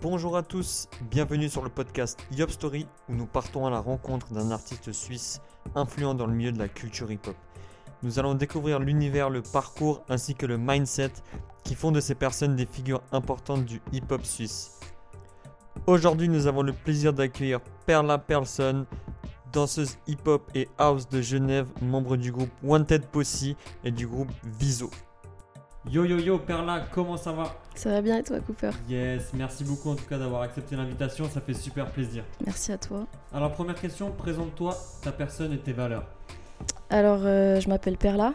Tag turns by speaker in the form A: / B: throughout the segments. A: Bonjour à tous, bienvenue sur le podcast Yop Story où nous partons à la rencontre d'un artiste suisse influent dans le milieu de la culture hip-hop. Nous allons découvrir l'univers, le parcours ainsi que le mindset qui font de ces personnes des figures importantes du hip-hop suisse. Aujourd'hui, nous avons le plaisir d'accueillir Perla Persson, danseuse hip-hop et house de Genève, membre du groupe Wanted Posse et du groupe Viso. Yo yo yo Perla, comment ça va
B: Ça va bien et toi Cooper
A: Yes, merci beaucoup en tout cas d'avoir accepté l'invitation, ça fait super plaisir.
B: Merci à toi.
A: Alors première question, présente-toi ta personne et tes valeurs.
B: Alors euh, je m'appelle Perla.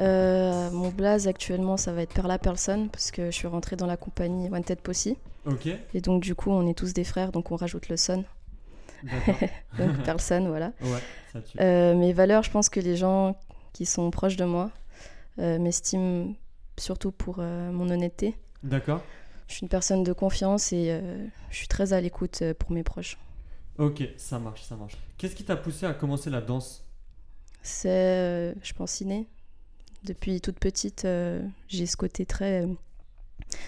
B: Euh, mon blaze actuellement ça va être Perla Person parce que je suis rentrée dans la compagnie Wanted Posse
A: Ok,
B: et donc du coup on est tous des frères donc on rajoute le son
A: d'accord.
B: donc Person voilà.
A: Ouais, ça tue.
B: Euh, mes valeurs je pense que les gens qui sont proches de moi euh, m'estiment surtout pour euh, mon honnêteté.
A: D'accord.
B: Je suis une personne de confiance et euh, je suis très à l'écoute euh, pour mes proches.
A: Ok, ça marche, ça marche. Qu'est-ce qui t'a poussé à commencer la danse
B: C'est, euh, je pense, inné. Depuis toute petite, euh, j'ai ce côté très. euh,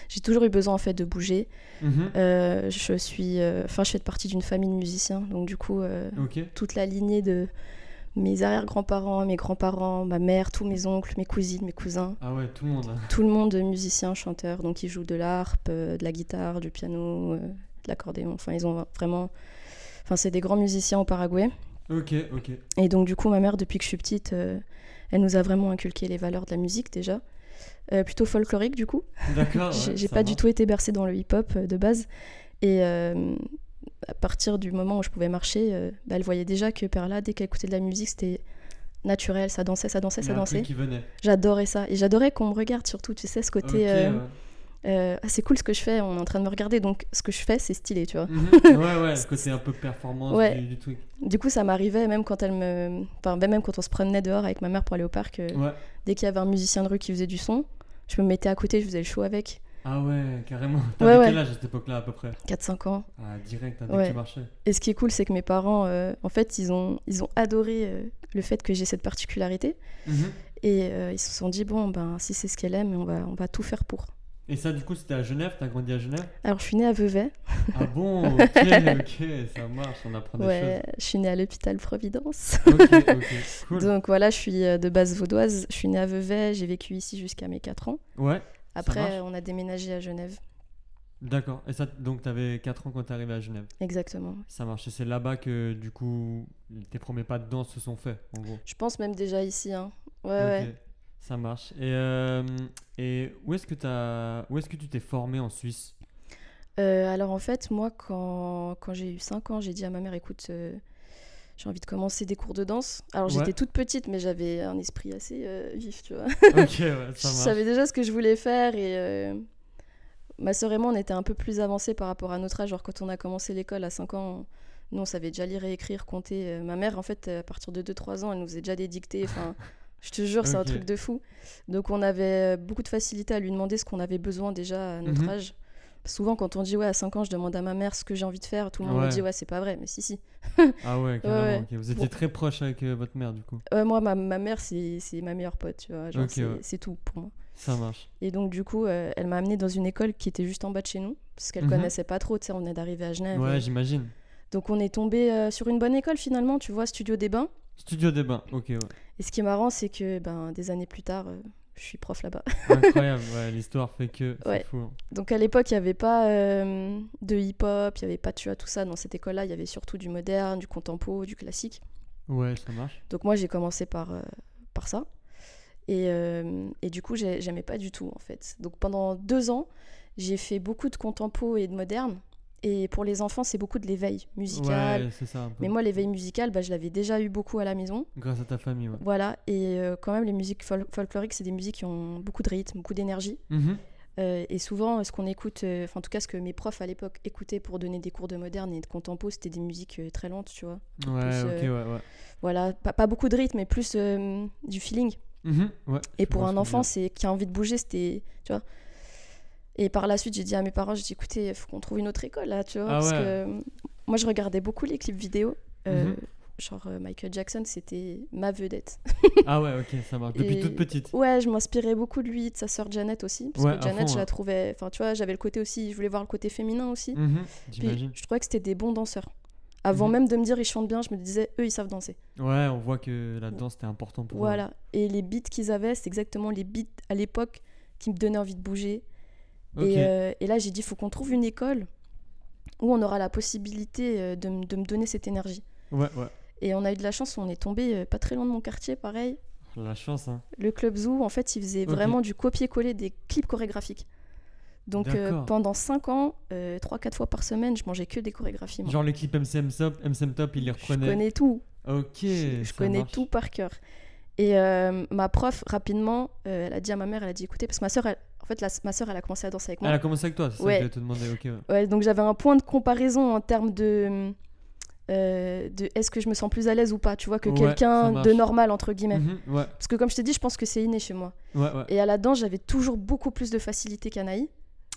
B: j'ai toujours eu besoin en fait de bouger.
A: Mhm,
B: Euh, je suis, euh, enfin, je fais partie d'une famille de musiciens, donc du coup, euh,
A: Ok,
B: toute la lignée de mes arrière-grands-parents, mes grands-parents, ma mère, tous mes oncles, mes cousines, mes cousins,
A: ah ouais, tout le monde.
B: tout le monde est musicien, chanteur, donc ils jouent de l'harpe, euh, de la guitare, du piano, euh, de l'accordéon. Enfin, ils ont vraiment, enfin, c'est des grands musiciens au Paraguay.
A: Ok, ok.
B: Et donc, du coup, ma mère, depuis que je suis petite, euh, elle nous a vraiment inculqué les valeurs de la musique déjà. Euh, plutôt folklorique, du coup.
A: D'accord.
B: J'ai
A: Ah ouais,
B: j'ai
A: ça
B: pas du
A: marche.
B: tout été bercée dans le hip-hop euh, de base. Et euh, à partir du moment où je pouvais marcher, euh, bah, elle voyait déjà que Perla, dès qu'elle écoutait de la musique, c'était naturel, ça dansait, ça dansait,
A: Il y
B: ça
A: a un truc
B: dansait.
A: qui venait.
B: J'adorais ça. Et j'adorais qu'on me regarde surtout, tu sais, ce
A: Ok,
B: côté... euh,
A: ouais.
B: euh, ah, c'est cool ce que je fais, on est en train de me regarder, donc ce que je fais, c'est stylé, tu vois.
A: Mhm, ouais, ouais, le côté un peu performance
B: Ouais.
A: du, du truc.
B: Du coup, ça m'arrivait, même quand elle me... Enfin, ben, même quand on se promenait dehors avec ma mère pour aller au parc, euh,
A: Ouais.
B: dès qu'il y avait un musicien de rue qui faisait du son, je me mettais à côté, je faisais le show avec.
A: Ah ouais, carrément. T'avais
B: ouais.
A: quel âge à cette époque-là à peu près
B: 4-5 ans.
A: Ah, direct, hein, dès
B: Ouais.
A: que tu marchais.
B: Et ce qui est cool, c'est que mes parents, euh, en fait, ils ont, ils ont adoré euh, le fait que j'ai cette particularité.
A: Mhm.
B: Et euh, ils se sont dit, bon, ben, si c'est ce qu'elle aime, on va, on va tout faire pour.
A: Et ça, du coup, c'était à Genève, t'as grandi à Genève
B: Alors, je suis née à Vevey.
A: Ah bon, ok, ok, ça marche, on apprend des
B: Ouais, je suis née à l'hôpital Providence.
A: choses. Ok, ok, cool.
B: Donc voilà, je suis euh, de base vaudoise. Je suis née à Vevey, j'ai vécu ici jusqu'à mes 4 ans.
A: Ouais, marche.
B: Après, on a déménagé à Genève.
A: d'accord. Et ça, donc t'avais 4 ans quand t'es arrivé à Genève.
B: Exactement.
A: Ça marche, et c'est là-bas que, du coup, tes premiers pas de danse se sont faits, en gros.
B: Je pense même déjà ici. Hein. Ouais,
A: Ok,
B: ouais.
A: Ça marche. Et, euh, et où est-ce que t'as, où est-ce que tu t'es formé en Suisse
B: Euh, alors en fait, moi, quand, quand j'ai eu 5 ans, j'ai dit à ma mère, écoute, euh, j'ai envie de commencer des cours de danse. Alors
A: Ouais.
B: j'étais toute petite, mais j'avais un esprit assez euh, vif, tu vois.
A: Ok, ouais, ça marche.
B: je savais déjà ce que je voulais faire et euh, ma sœur et moi, on était un peu plus avancés par rapport à notre âge. Genre quand on a commencé l'école à 5 ans, nous, on savait déjà lire et écrire, compter. Euh, ma mère, en fait, à partir de 2-3 ans, elle nous faisait déjà des dictées. Enfin, je te jure, c'est un
A: Ok.
B: truc de fou. Donc on avait euh, beaucoup de facilité à lui demander ce qu'on avait besoin déjà à notre
A: Mhm.
B: âge. Souvent, quand on dit ouais, à 5 ans, je demande à ma mère ce que j'ai envie de faire, tout le monde me
A: Ouais.
B: dit ouais, c'est pas vrai, mais si, si.
A: Ah ouais, carrément.
B: ouais.
A: ok. Vous étiez
B: Bon.
A: très proche avec euh, votre mère, du coup.
B: Ouais, moi, ma, ma mère, c'est c'est ma meilleure pote, tu vois. Genre,
A: Ok,
B: c'est
A: ouais.
B: c'est tout pour moi.
A: Ça marche.
B: Et donc, du coup, euh, elle m'a amenée dans une école qui était juste en bas de chez nous, parce qu'elle
A: Mhm.
B: connaissait pas trop, tu sais, on est d'arriver à Genève.
A: Ouais,
B: euh.
A: j'imagine.
B: donc, on est tombé euh, sur une bonne école finalement, tu vois, Studio des Bains.
A: Studio des bains, ok, ouais.
B: Et ce qui est marrant, c'est que ben, des années plus tard, euh, je suis prof là-bas.
A: Incroyable, ouais, l'histoire fait que. C'est
B: Ouais.
A: fou. hein.
B: Donc, à l'époque, il n'y avait pas euh, de hip-hop, il n'y avait pas tu vois, tout ça. Dans cette école-là, il y avait surtout du moderne, du contempo, du classique.
A: Ouais, ça marche.
B: Donc moi j'ai commencé par, euh, par ça. Et, euh, et du coup j'ai- j'aimais pas du tout en fait. Donc pendant deux ans j'ai fait beaucoup de contempo et de moderne. Et pour les enfants c'est beaucoup de l'éveil musical.
A: Ouais, c'est ça un peu.
B: Mais moi l'éveil musical bah, je l'avais déjà eu beaucoup à la maison.
A: Grâce à ta famille, ouais.
B: Voilà, et euh, quand même les musiques fol- folkloriques, c'est des musiques qui ont beaucoup de rythme, beaucoup d'énergie.
A: Mhm.
B: Euh, et souvent, ce qu'on écoute, euh, enfin en tout cas ce que mes profs à l'époque écoutaient pour donner des cours de moderne et de contempo, c'était des musiques euh, très lentes, tu vois.
A: Ouais,
B: plus, euh,
A: ok, ouais, ouais.
B: Voilà, pas, pas beaucoup de rythme, mais plus euh, du feeling.
A: Mhm, ouais,
B: Et
A: je
B: pour
A: vois ce
B: un
A: que tu
B: enfant,
A: veux
B: c'est qui a envie de bouger, c'était, tu vois. Et par la suite, j'ai dit à mes parents, j'ai dit, écoutez, faut qu'on trouve une autre école là, tu vois,
A: Ah
B: parce
A: ouais.
B: que euh, moi, je regardais beaucoup les clips vidéo. Euh,
A: Mhm.
B: genre euh, Michael Jackson, c'était ma vedette.
A: Ah ouais, ok, ça marche. Depuis
B: Et-
A: toute petite.
B: Ouais, je m'inspirais beaucoup de lui, de sa sœur Janet aussi, parce
A: Ouais, à
B: que Janet,
A: fond,
B: je
A: ouais.
B: la trouvais, enfin, tu vois, j'avais le côté aussi, je voulais voir le côté féminin aussi.
A: Mhm,
B: Puis,
A: J'imagine.
B: je trouvais que c'était des bons danseurs. Avant
A: Mhm.
B: même de me dire ils chantent bien, je me disais eux ils savent danser.
A: Ouais, on voit que la danse c'était important pour eux.
B: Voilà. Et les beats qu'ils avaient, c'est exactement les beats à l'époque qui me donnaient envie de bouger.
A: Ok.
B: Et, euh, et là j'ai dit faut qu'on trouve une école où on aura la possibilité euh, de, me- de me donner cette énergie.
A: Ouais, ouais.
B: Et on a eu de la chance, on est tombé euh, pas très loin de mon quartier, pareil.
A: La chance, hein.
B: Le club Zoo, en fait, il faisait
A: Ok.
B: vraiment du copier-coller des clips chorégraphiques. Donc euh,
A: D'accord.
B: pendant 5 ans, 3-4 fois par semaine, je mangeais que des chorégraphies. moi.
A: Genre les clips MCM Top, MCM Top, il les
B: je
A: reprenait.
B: connais tout.
A: Ok.
B: Je- je
A: ça
B: connais
A: marche.
B: tout par cœur. Et euh, ma prof, rapidement, euh, elle a dit à ma mère, elle a dit écoutez, parce que ma soeur, en fait, la- ma soeur, elle a commencé à danser avec
A: Elle
B: moi.
A: a commencé avec toi, c'est ça que
B: Ouais.
A: je voulais te demander. Ok, ouais.
B: Ouais, donc j'avais un point de comparaison en termes de, euh, de est-ce que je me sens plus à l'aise ou pas, tu vois, que
A: Ouais, ça
B: quelqu'un
A: marche.
B: de normal, entre guillemets.
A: Mhm, ouais,
B: Parce que comme je t'ai dit, je pense que c'est inné chez moi.
A: ouais, ouais.
B: Et à la danse, j'avais toujours beaucoup plus de facilité qu'Anaï.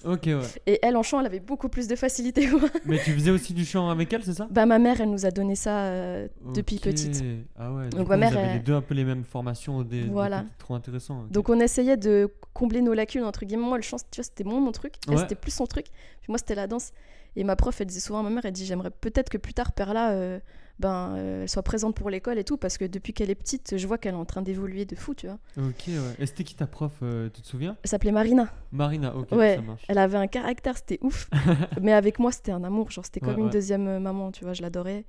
A: Ok, ouais.
B: Et elle, en chant, elle avait beaucoup plus de facilité. que moi.
A: Mais tu faisais aussi du chant avec elle, c'est ça
B: bah, ma mère, elle nous a donné ça euh, depuis
A: Ok.
B: petite.
A: Ah ouais.
B: Donc,
A: Donc
B: ma
A: ma
B: mère,
A: Vous avez
B: elle-
A: les deux un peu les mêmes formations. Des... des
B: Voilà.
A: trucs Trop intéressant. ok.
B: Donc on essayait de combler nos lacunes entre guillemets. Moi, le chant, tu vois, c'était mon, mon truc. Elle,
A: Ouais.
B: c'était plus son truc. Puis moi, c'était la danse. Et ma prof, elle disait souvent à ma mère, elle dit j'aimerais peut-être que plus tard Perla, euh, ben, euh, elle soit présente pour l'école et tout, parce que depuis qu'elle est petite, je vois qu'elle est en train d'évoluer de fou, tu vois.
A: Ok, ouais. Et c'était qui ta prof euh, Tu te souviens
B: Elle s'appelait Marina.
A: Marina, ok,
B: Ouais.
A: ça marche.
B: Elle avait un caractère, c'était ouf. Mais avec moi, c'était un amour. Genre, c'était comme
A: Ouais,
B: une
A: ouais.
B: deuxième euh, maman, tu vois. Je l'adorais.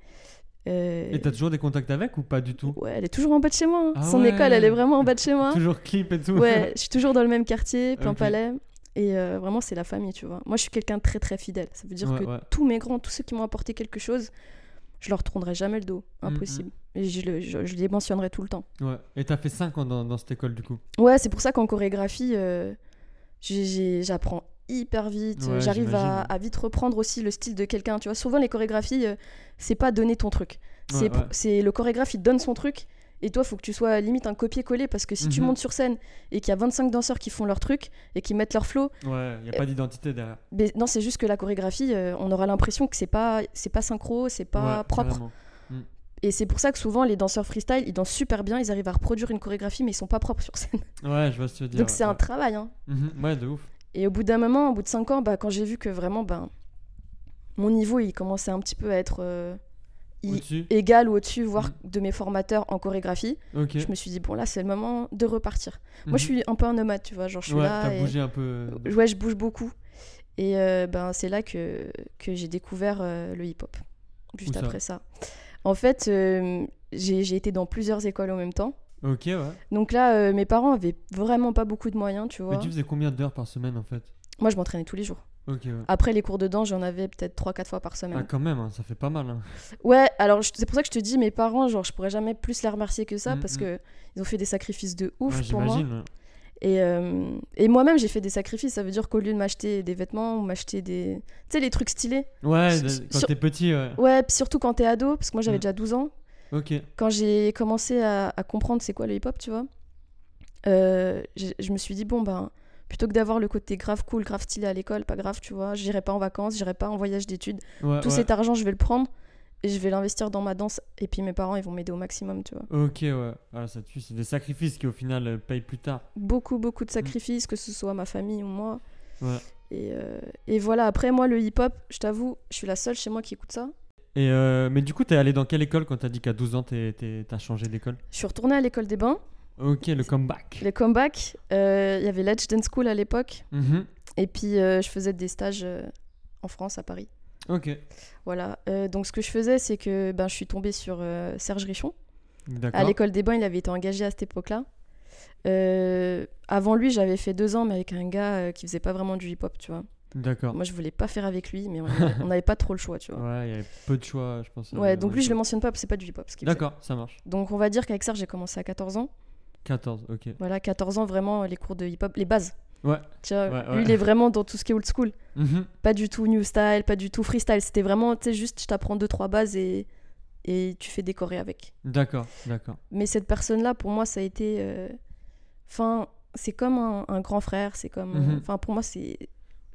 B: Euh,
A: Et t'as toujours des contacts avec ou pas du tout
B: Ouais, elle est toujours en bas de chez moi. hein.
A: Ah
B: Son
A: ouais.
B: école, elle est vraiment en bas de chez moi.
A: Toujours clip et tout
B: Ouais, je suis toujours dans le même quartier, plein
A: Ok.
B: palais. Et euh, vraiment, c'est la famille, tu vois. Moi, je suis quelqu'un de très, très fidèle. Ça veut dire
A: Ouais,
B: que
A: ouais.
B: tous mes grands, tous ceux qui m'ont apporté quelque chose, je leur tournerai jamais le dos.
A: Mm,
B: Impossible. Et je, le- je- je les mentionnerai tout le temps.
A: Ouais. Et t'as fait 5 ans dans, dans cette école du coup
B: Ouais, c'est pour ça qu'en chorégraphie, euh, j'ai- j'ai- j'apprends hyper vite.
A: Ouais,
B: J'arrive à,
A: j'imagine.
B: à vite reprendre aussi le style de quelqu'un. Tu vois, souvent, les chorégraphies, euh, c'est pas donner ton truc.
A: Ouais,
B: C'est
A: ouais.
B: c'est le chorégraphe, il te donne son truc. Et toi, faut que tu sois limite un copier-coller parce que si tu
A: Mhm.
B: montes sur scène et qu'il y a 25 danseurs qui font leur truc et qui mettent leur flow,
A: Ouais, y a pas d'identité derrière.
B: Mais non, c'est juste que la chorégraphie, euh, on aura l'impression que c'est pas, c'est pas synchro, c'est pas
A: Ouais,
B: propre.
A: carrément.
B: Et c'est pour ça que souvent les danseurs freestyle, ils dansent super bien, ils arrivent à reproduire une chorégraphie, mais ils sont pas propres sur scène.
A: Ouais, je vois ce que tu veux dire.
B: Donc c'est
A: ouais.
B: un travail. hein.
A: Mhm, Ouais, de ouf.
B: Et au bout d'un moment, au bout de 5 ans, bah, quand j'ai vu que vraiment, ben, mon niveau, il commençait un petit peu à être euh, i-
A: Au-dessus. Mm.
B: égal ou au-dessus, voire de mes formateurs en chorégraphie,
A: Ok. Mhm.
B: je me suis dit bon là, c'est le moment de repartir. Moi, je suis un peu un nomade, tu vois, genre je suis
A: Ouais,
B: là.
A: t'as
B: et-
A: bougé un peu. euh,
B: Ouais, je bouge beaucoup. Et euh, ben, c'est là que, que j'ai découvert euh, le hip-hop, juste
A: ça
B: après ça. En fait, euh, j'ai j'ai été dans plusieurs écoles en même temps.
A: Ok, ouais.
B: Donc là, euh, mes parents avaient vraiment pas beaucoup de moyens, tu vois.
A: Mais tu faisais combien d'heures par semaine en fait
B: Moi, je m'entraînais tous les jours.
A: Ok, ouais.
B: Après les cours de danse, j'en avais peut-être 3-4 fois par
A: Ah,
B: semaine.
A: quand même, hein, ça fait pas mal. hein.
B: Ouais, alors je- c'est pour ça que je te dis, mes parents, genre, je pourrais jamais plus les remercier que ça
A: Mm,
B: parce
A: mm.
B: que ils ont fait des sacrifices de ouf
A: Ouais,
B: pour moi.
A: J'imagine.
B: Et, euh, et moi-même, j'ai fait des sacrifices. Ça veut dire qu'au lieu de m'acheter des vêtements ou m'acheter des. Tu sais, les trucs stylés.
A: Ouais,
B: Sur-
A: de- quand
B: sur-
A: t'es petit, ouais.
B: Ouais, puis surtout quand t'es ado, parce que moi j'avais
A: Mm.
B: déjà 12 ans,
A: Ok.
B: quand j'ai commencé à, à comprendre c'est quoi le hip-hop, tu vois, euh, j'ai- je me suis dit, bon ben, plutôt que d'avoir le côté grave cool, grave stylé à l'école, pas grave, tu vois, j'irai pas en vacances, j'irai pas en voyage d'études,
A: Ah Ouais,
B: tout
A: ouais.
B: cet argent je vais le prendre et je vais l'investir dans ma danse, et puis mes parents ils vont m'aider au maximum, tu vois.
A: Ok, ouais. Ah, ça tue, c'est des sacrifices qui au final euh, payent plus tard.
B: Beaucoup, beaucoup de sacrifices, que ce soit ma famille ou moi.
A: Mm. Ouais.
B: Et, euh, et voilà, après moi le hip-hop, je t'avoue, je suis la seule chez moi qui écoute ça.
A: Et euh, mais du coup, t'es allé dans quelle école quand t'as dit qu'à 12 ans, t'es- t'es- t'as changé d'école
B: Je suis retournée à l'école des bains,
A: Ok, le comeback.
B: les comebacks, euh, il y avait l'Edge Dance School à l'époque.
A: Mhm.
B: Et puis, euh, je faisais des stages euh, en France, à Paris.
A: Ok,
B: Voilà. Euh, donc, ce que je faisais, c'est que ben, je suis tombée sur euh, Serge Richon. À
A: d'accord.
B: l'école des bains, il avait été engagé à cette époque-là. Euh, avant lui, j'avais fait deux ans, mais avec un gars euh, qui faisait pas vraiment du hip-hop, tu vois.
A: D'accord.
B: Moi, je voulais pas faire avec lui, mais on avait- on n'avait pas trop le choix, tu vois.
A: Ouais, il y avait peu de choix, je pense.
B: Ouais,
A: euh,
B: donc
A: dans
B: lui, je le
A: l'école.
B: mentionne pas, parce que c'est pas du hip-hop. ce qu'il faisait.
A: D'accord, ça marche.
B: Donc, on va dire qu'avec Serge, j'ai commencé à 14 ans.
A: 14, ok.
B: Voilà, 14 ans, vraiment, les cours de hip-hop, les bases.
A: Ouais.
B: Tu vois,
A: Ouais, ouais.
B: lui, il est vraiment dans tout ce qui est old school.
A: Mhm.
B: pas du tout new style, pas du tout freestyle. C'était vraiment, tu sais, juste je t'apprends deux, trois bases et, et tu fais des chorés avec.
A: D'accord, d'accord.
B: Mais cette personne-là, pour moi, ça a été. euh, Enfin, c'est comme un, un grand frère, c'est comme. euh,
A: Mhm.
B: Enfin, pour moi, c'est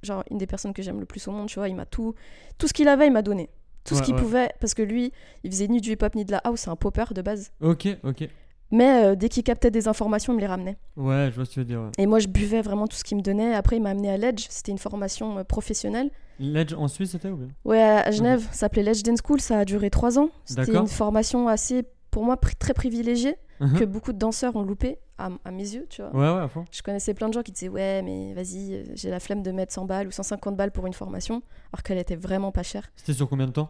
B: genre une des personnes que j'aime le plus au monde, tu vois. Il m'a tout. Tout ce qu'il avait, il m'a donné. tout ce
A: Ouais,
B: qu'il
A: ouais.
B: pouvait, parce que lui, il faisait ni du hip-hop ni de la house, c'est un popper de base.
A: Ok, ok.
B: Mais euh, dès qu'il captait des informations, il me les ramenait.
A: Ouais, je vois ce que tu veux dire. ouais.
B: Et moi, je buvais vraiment tout ce qu'il me donnait. Après, il m'a amené à Ledge, c'était une formation euh, professionnelle.
A: Ledge en Suisse, c'était ou bien
B: Ouais, à à Genève, ça s'appelait Ledge Dance School, ça a duré trois ans. C'était
A: Mhm. D'accord.
B: une formation assez, pour moi, pri- très privilégiée,
A: Mhm.
B: que beaucoup de danseurs ont loupé, à, à mes yeux, tu vois.
A: Ouais, ouais, à fond.
B: Je connaissais plein de gens qui disaient Ouais, mais vas-y, euh, j'ai la flemme de mettre 100 balles ou 150 balles pour une formation, alors qu'elle était vraiment pas chère.
A: C'était sur combien de temps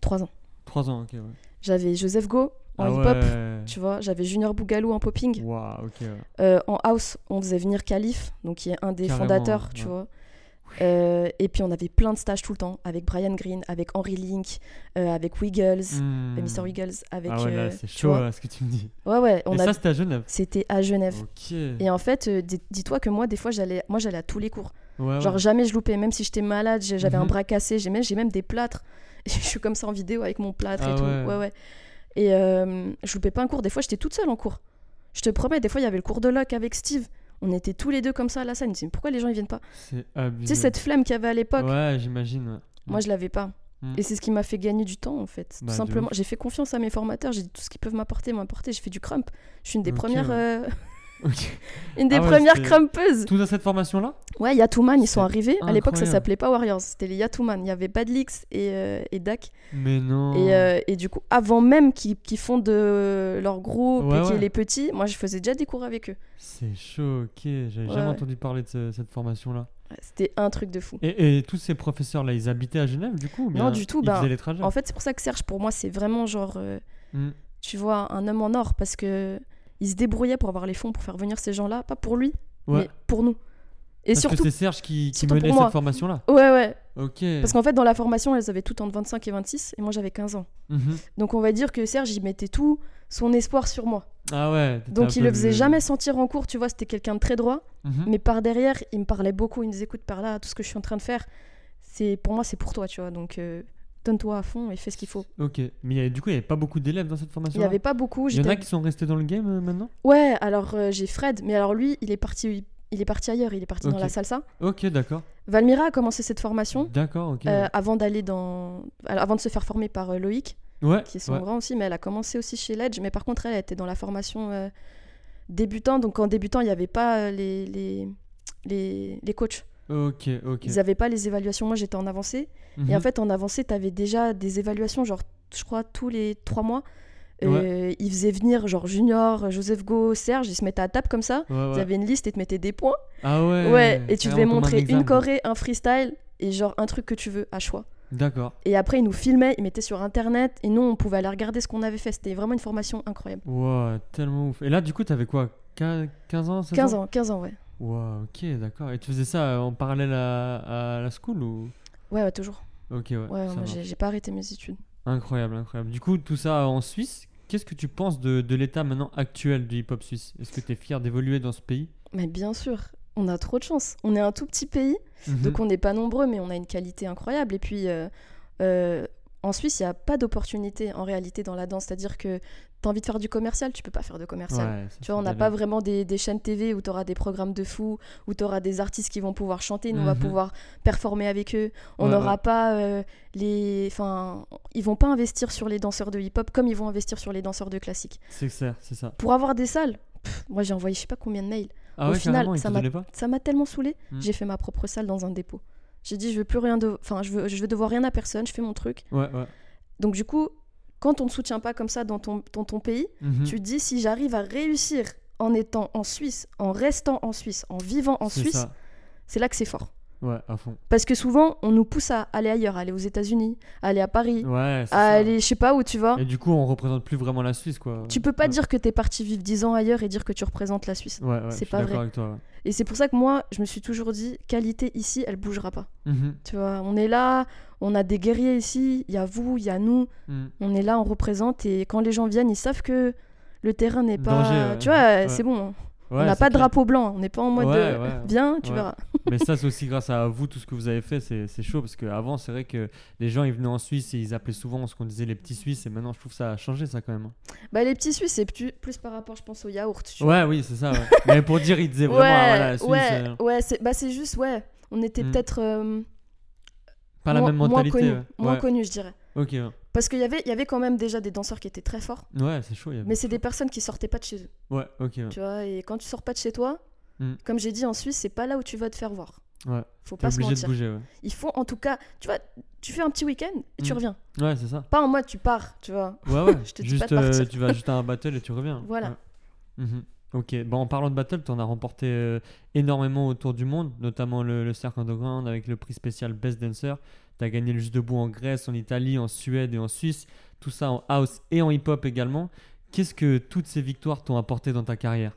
B: Trois ans.
A: 3 ans, ok, ouais.
B: J'avais Joseph Go en hip-hop,
A: Ah ouais.
B: tu vois, j'avais Junior Bougalou en popping.
A: Waouh, ok, ouais.
B: Euh, en house, on faisait venir Khalif, donc qui est un des
A: Carrément,
B: fondateurs,
A: ouais.
B: tu vois. Euh, et puis on avait plein de stages tout le temps, avec Brian Green, avec Henry Link, euh, avec Wiggles,
A: Hmm.
B: euh, Mr. Wiggles, avec.
A: Ah ouais, là,
B: euh,
A: c'est
B: tu
A: chaud,
B: vois.
A: là, ce que tu me dis.
B: Ouais, ouais, on
A: Et
B: a-
A: ça, c'était à Genève.
B: c'était à Genève.
A: Ok.
B: Et en fait, euh, dis- dis-toi que moi, des fois, j'allais, moi, j'allais à tous les cours.
A: Ouais,
B: Genre
A: Ah ouais.
B: jamais je loupais, même si j'étais malade, j'ai- j'avais un
A: Mhm.
B: bras cassé, j'ai même, j'ai même des plâtres. Et je suis comme ça en vidéo avec mon plâtre
A: Ah
B: et tout.
A: ouais.
B: Ouais, ouais. Et euh, je loupais pas un cours. Des fois, j'étais toute seule en cours. Je te promets, des fois, il y avait le cours de loc avec Steve. On était tous les deux comme ça à la scène. Je disais, mais pourquoi les gens ils viennent pas
A: C'est
B: Tu
A: abusé.
B: sais, cette flemme qu'il y avait à l'époque,
A: Mhm. Ouais, j'imagine. ouais.
B: moi, je l'avais pas.
A: Mhm.
B: Et c'est ce qui m'a fait gagner du temps, en fait.
A: Bah, de
B: tout simplement, j'ai fait confiance à mes formateurs. J'ai dit, tout ce qu'ils peuvent m'apporter, m'apporter. J'ai fait du crump. Je suis une des
A: Ok,
B: premières.
A: ouais.
B: euh,
A: Ok.
B: une des
A: Ah ouais,
B: premières
A: c'était-
B: crumpeuses.
A: Tout à cette formation-là
B: Ouais, Yatouman, ils
A: C'est
B: sont arrivés. À l'époque, ça
A: incroyable.
B: s'appelait pas Warriors, c'était les Yatouman. Il y avait Badlix et, euh, et Dak.
A: Mais non.
B: Et, euh, et du coup, avant même qu'ils qu'ils fondent euh, leur groupe
A: Ouais,
B: et qu'il y ait
A: ouais.
B: les petits, moi, je faisais déjà des cours avec eux.
A: C'est chaud, ok. J'avais
B: Ouais,
A: jamais
B: ouais.
A: entendu parler de ce- cette formation-là.
B: Ouais, C'était un truc de fou.
A: Et, et tous ces professeurs-là, ils habitaient à Genève, du coup ou bien
B: du tout,
A: Ils
B: bah,
A: faisaient les trajets.
B: En fait, c'est pour ça que Serge, pour moi, c'est vraiment genre, euh,
A: Hmm.
B: tu vois, un homme en or parce que il se débrouillait pour avoir les fonds pour faire venir ces gens-là, pas pour lui,
A: Ouais.
B: mais pour nous. Et
A: Parce que
B: surtout,
A: c'est Serge qui, qui
B: surtout
A: menait
B: pour
A: cette
B: moi.
A: formation-là.
B: ouais, ouais.
A: Ok.
B: Parce qu'en fait, dans la formation, elles avaient toutes entre 25 et 26, et moi, j'avais 15 ans.
A: Mhm.
B: Donc, on va dire que Serge, il mettait tout son espoir sur moi.
A: Ah ouais. t'étais un
B: Donc il
A: peu
B: le faisait jamais sentir en cours, tu vois, c'était quelqu'un de très droit,
A: Mhm.
B: mais par derrière, il me parlait beaucoup, il nous écoute par là, tout ce que je suis en train de faire, c'est pour moi c'est pour toi, tu vois. Donc euh, donne-toi à fond et fais ce qu'il faut.
A: Ok. Mais il y avait- du coup, il n'y avait pas beaucoup d'élèves dans cette
B: Il
A: formation
B: n'y avait pas beaucoup,
A: Il y en a
B: j'étais
A: qui sont restés dans le game euh, maintenant
B: Ouais, alors euh, j'ai Fred, mais alors lui, il est parti il est parti ailleurs, il est parti
A: Ok.
B: dans la salsa.
A: Ok, d'accord.
B: Valmira a commencé cette formation
A: D'accord, ok.
B: euh,
A: ouais.
B: avant d'aller dans alors, avant de se faire former par euh, Loïc,
A: ouais.
B: qui est son
A: ouais.
B: grand aussi, mais elle a commencé aussi chez Ledge, mais par contre elle elle était dans la formation euh, débutant, donc en débutant, il n'y avait pas euh, les- les les, les coachs.
A: Ok, ok. Mhm.
B: Ils n'avaient pas les évaluations. Moi, j'étais en avancée. Et en fait, en avancée, tu avais déjà des évaluations, genre, je crois, tous les trois mois. Euh, Ils faisaient venir, genre, Junior, Joseph Go, Serge, ils se mettaient à table comme ça.
A: Mhm. Ouais, ouais.
B: Ils avaient une liste et te mettaient des points.
A: Ah ouais.
B: ouais, et tu devais
A: carrément comme un
B: montrer une
A: examen.
B: corée, un freestyle et genre un truc que tu veux à choix.
A: D'accord.
B: Et après, ils nous filmaient, ils mettaient sur internet et nous, on pouvait aller regarder ce qu'on avait fait. C'était vraiment une formation incroyable.
A: Wow, tellement ouf. Et là, du coup, t'avais quoi 15 ans 16
B: 15 ans, 15 ans, ouais.
A: Wow, ok, d'accord. Et tu faisais ça euh, en parallèle à, à la school ou
B: Ouais, ouais, toujours.
A: Ok, ouais.
B: Ouais,
A: ça
B: moi,
A: marche.
B: j'ai j'ai pas arrêté mes études.
A: Incroyable, incroyable. Du coup, tout ça en Suisse, qu'est-ce que tu penses de, de l'état maintenant actuel du hip-hop suisse Est-ce que t'es fier d'évoluer dans ce pays
B: Mais bien sûr, on a trop de chance. On est un tout petit pays.
A: Mm. Mhm.
B: Donc on n'est pas nombreux, mais on a une qualité incroyable. Et puis euh, euh, en Suisse, il n'y a pas d'opportunité en réalité dans la danse. C'est-à-dire que tu as envie de faire du commercial, tu peux pas faire de commercial. Tu vois, on n'a pas vraiment des, des chaînes TV où tu auras des programmes de fous, où tu auras des artistes qui vont pouvoir chanter, nous on va
A: Mhm.
B: pouvoir performer avec eux. On
A: Ouais,
B: n'aura
A: ouais.
B: pas euh, les. Enfin, ils vont pas investir sur les danseurs de hip-hop comme ils vont investir sur les danseurs de classique.
A: C'est ça, c'est ça.
B: Pour avoir des salles, pff, moi j'ai envoyé je sais pas combien de mails.
A: Ah
B: Au
A: ouais,
B: final,
A: carrément, ils
B: ça
A: te
B: m'a-
A: donnaient pas
B: Ça m'a tellement saoulé,
A: Mm.
B: j'ai fait ma propre salle dans un dépôt. J'ai dit, je veux plus rien de. Enfin, je veux, je veux devoir rien à personne, je fais mon truc.
A: Ouais, ouais.
B: Donc, du coup, quand on ne soutient pas comme ça dans ton, dans ton pays,
A: Mhm.
B: tu te dis, si j'arrive à réussir en étant en Suisse, en restant en Suisse, en vivant en
A: C'est
B: Suisse,
A: ça.
B: c'est là que c'est fort.
A: Ouais, à fond.
B: Parce que souvent, on nous pousse à aller ailleurs, à aller aux États-Unis, à aller à Paris,
A: Ouais, c'est
B: à
A: ça.
B: aller, je sais pas où tu vas.
A: Et du coup, on représente plus vraiment la Suisse, quoi.
B: Tu peux pas
A: Ouais.
B: dire que t'es parti vivre 10 ans ailleurs et dire que tu représentes la Suisse.
A: Ouais, ouais,
B: c'est
A: je suis
B: pas
A: d'accord
B: vrai.
A: avec toi.
B: Et c'est pour ça que moi, je me suis toujours dit, qualité ici, elle bougera pas.
A: ouais. Mhm,
B: Tu vois, on est là, on a des guerriers ici, il y a vous, il y a nous,
A: mhm.
B: on est là, on représente et quand les gens viennent, ils savent que le terrain n'est pas.
A: Danger, ouais.
B: Tu vois, euh,
A: Ouais.
B: c'est bon, hein. on
A: Ouais,
B: n'a
A: c'est
B: pas de
A: clair.
B: drapeau blanc, on n'est pas en mode
A: Ouais,
B: de...
A: ouais.
B: viens, tu
A: Ouais.
B: verras.
A: Mais ça, c'est aussi grâce à vous, tout ce que vous avez fait, c'est c'est chaud parce qu'avant, c'est vrai que les gens ils venaient en Suisse et ils appelaient souvent ce qu'on disait les petits Suisses et maintenant je trouve que ça a changé ça quand même. hein.
B: Bah, les petits Suisses, c'est plus, plus par rapport, je pense, au yaourt. tu vois.
A: Ouais, oui, c'est ça. ouais. Mais pour dire, ils disaient vraiment, ah, voilà, la Suisse,
B: ouais,
A: euh,
B: ouais, c'est bah, c'est juste, ouais, on était
A: Mm.
B: peut-être euh,
A: pas la
B: moins-
A: même
B: moins
A: mentalité.
B: connus,
A: ouais.
B: moins
A: Ouais.
B: connus, je dirais.
A: Ok, ouais.
B: Parce qu'il y avait, il y avait quand même déjà des danseurs qui étaient très forts,
A: Ouais, c'est chaud. il y a-
B: mais c'est des personnes qui sortaient pas de chez eux.
A: Ouais, ok. ouais.
B: Tu vois, et quand tu sors pas de chez toi,
A: Mm.
B: comme j'ai dit en Suisse, c'est pas là où tu vas te faire voir.
A: Ouais.
B: Faut
A: T'es
B: pas se
A: obligé de
B: mentir.
A: bouger, ouais.
B: Il faut en tout cas, tu vois, tu fais un petit week-end et tu
A: Mm.
B: reviens.
A: Ouais, c'est ça.
B: Pas en mode tu pars, tu vois.
A: Ouais, ouais.
B: Je te dis
A: juste,
B: pas de partir.
A: euh, tu vas juste à un battle et tu reviens.
B: Voilà.
A: Ouais. Mhm. Ok, bon, en parlant de battle, tu en as remporté euh, énormément autour du monde, notamment le, le Cercle Underground avec le prix spécial Best Dancer. Tu as gagné le Juste Debout en Grèce, en Italie, en Suède et en Suisse. Tout ça en house et en hip-hop également. Qu'est-ce que toutes ces victoires t'ont apporté dans ta carrière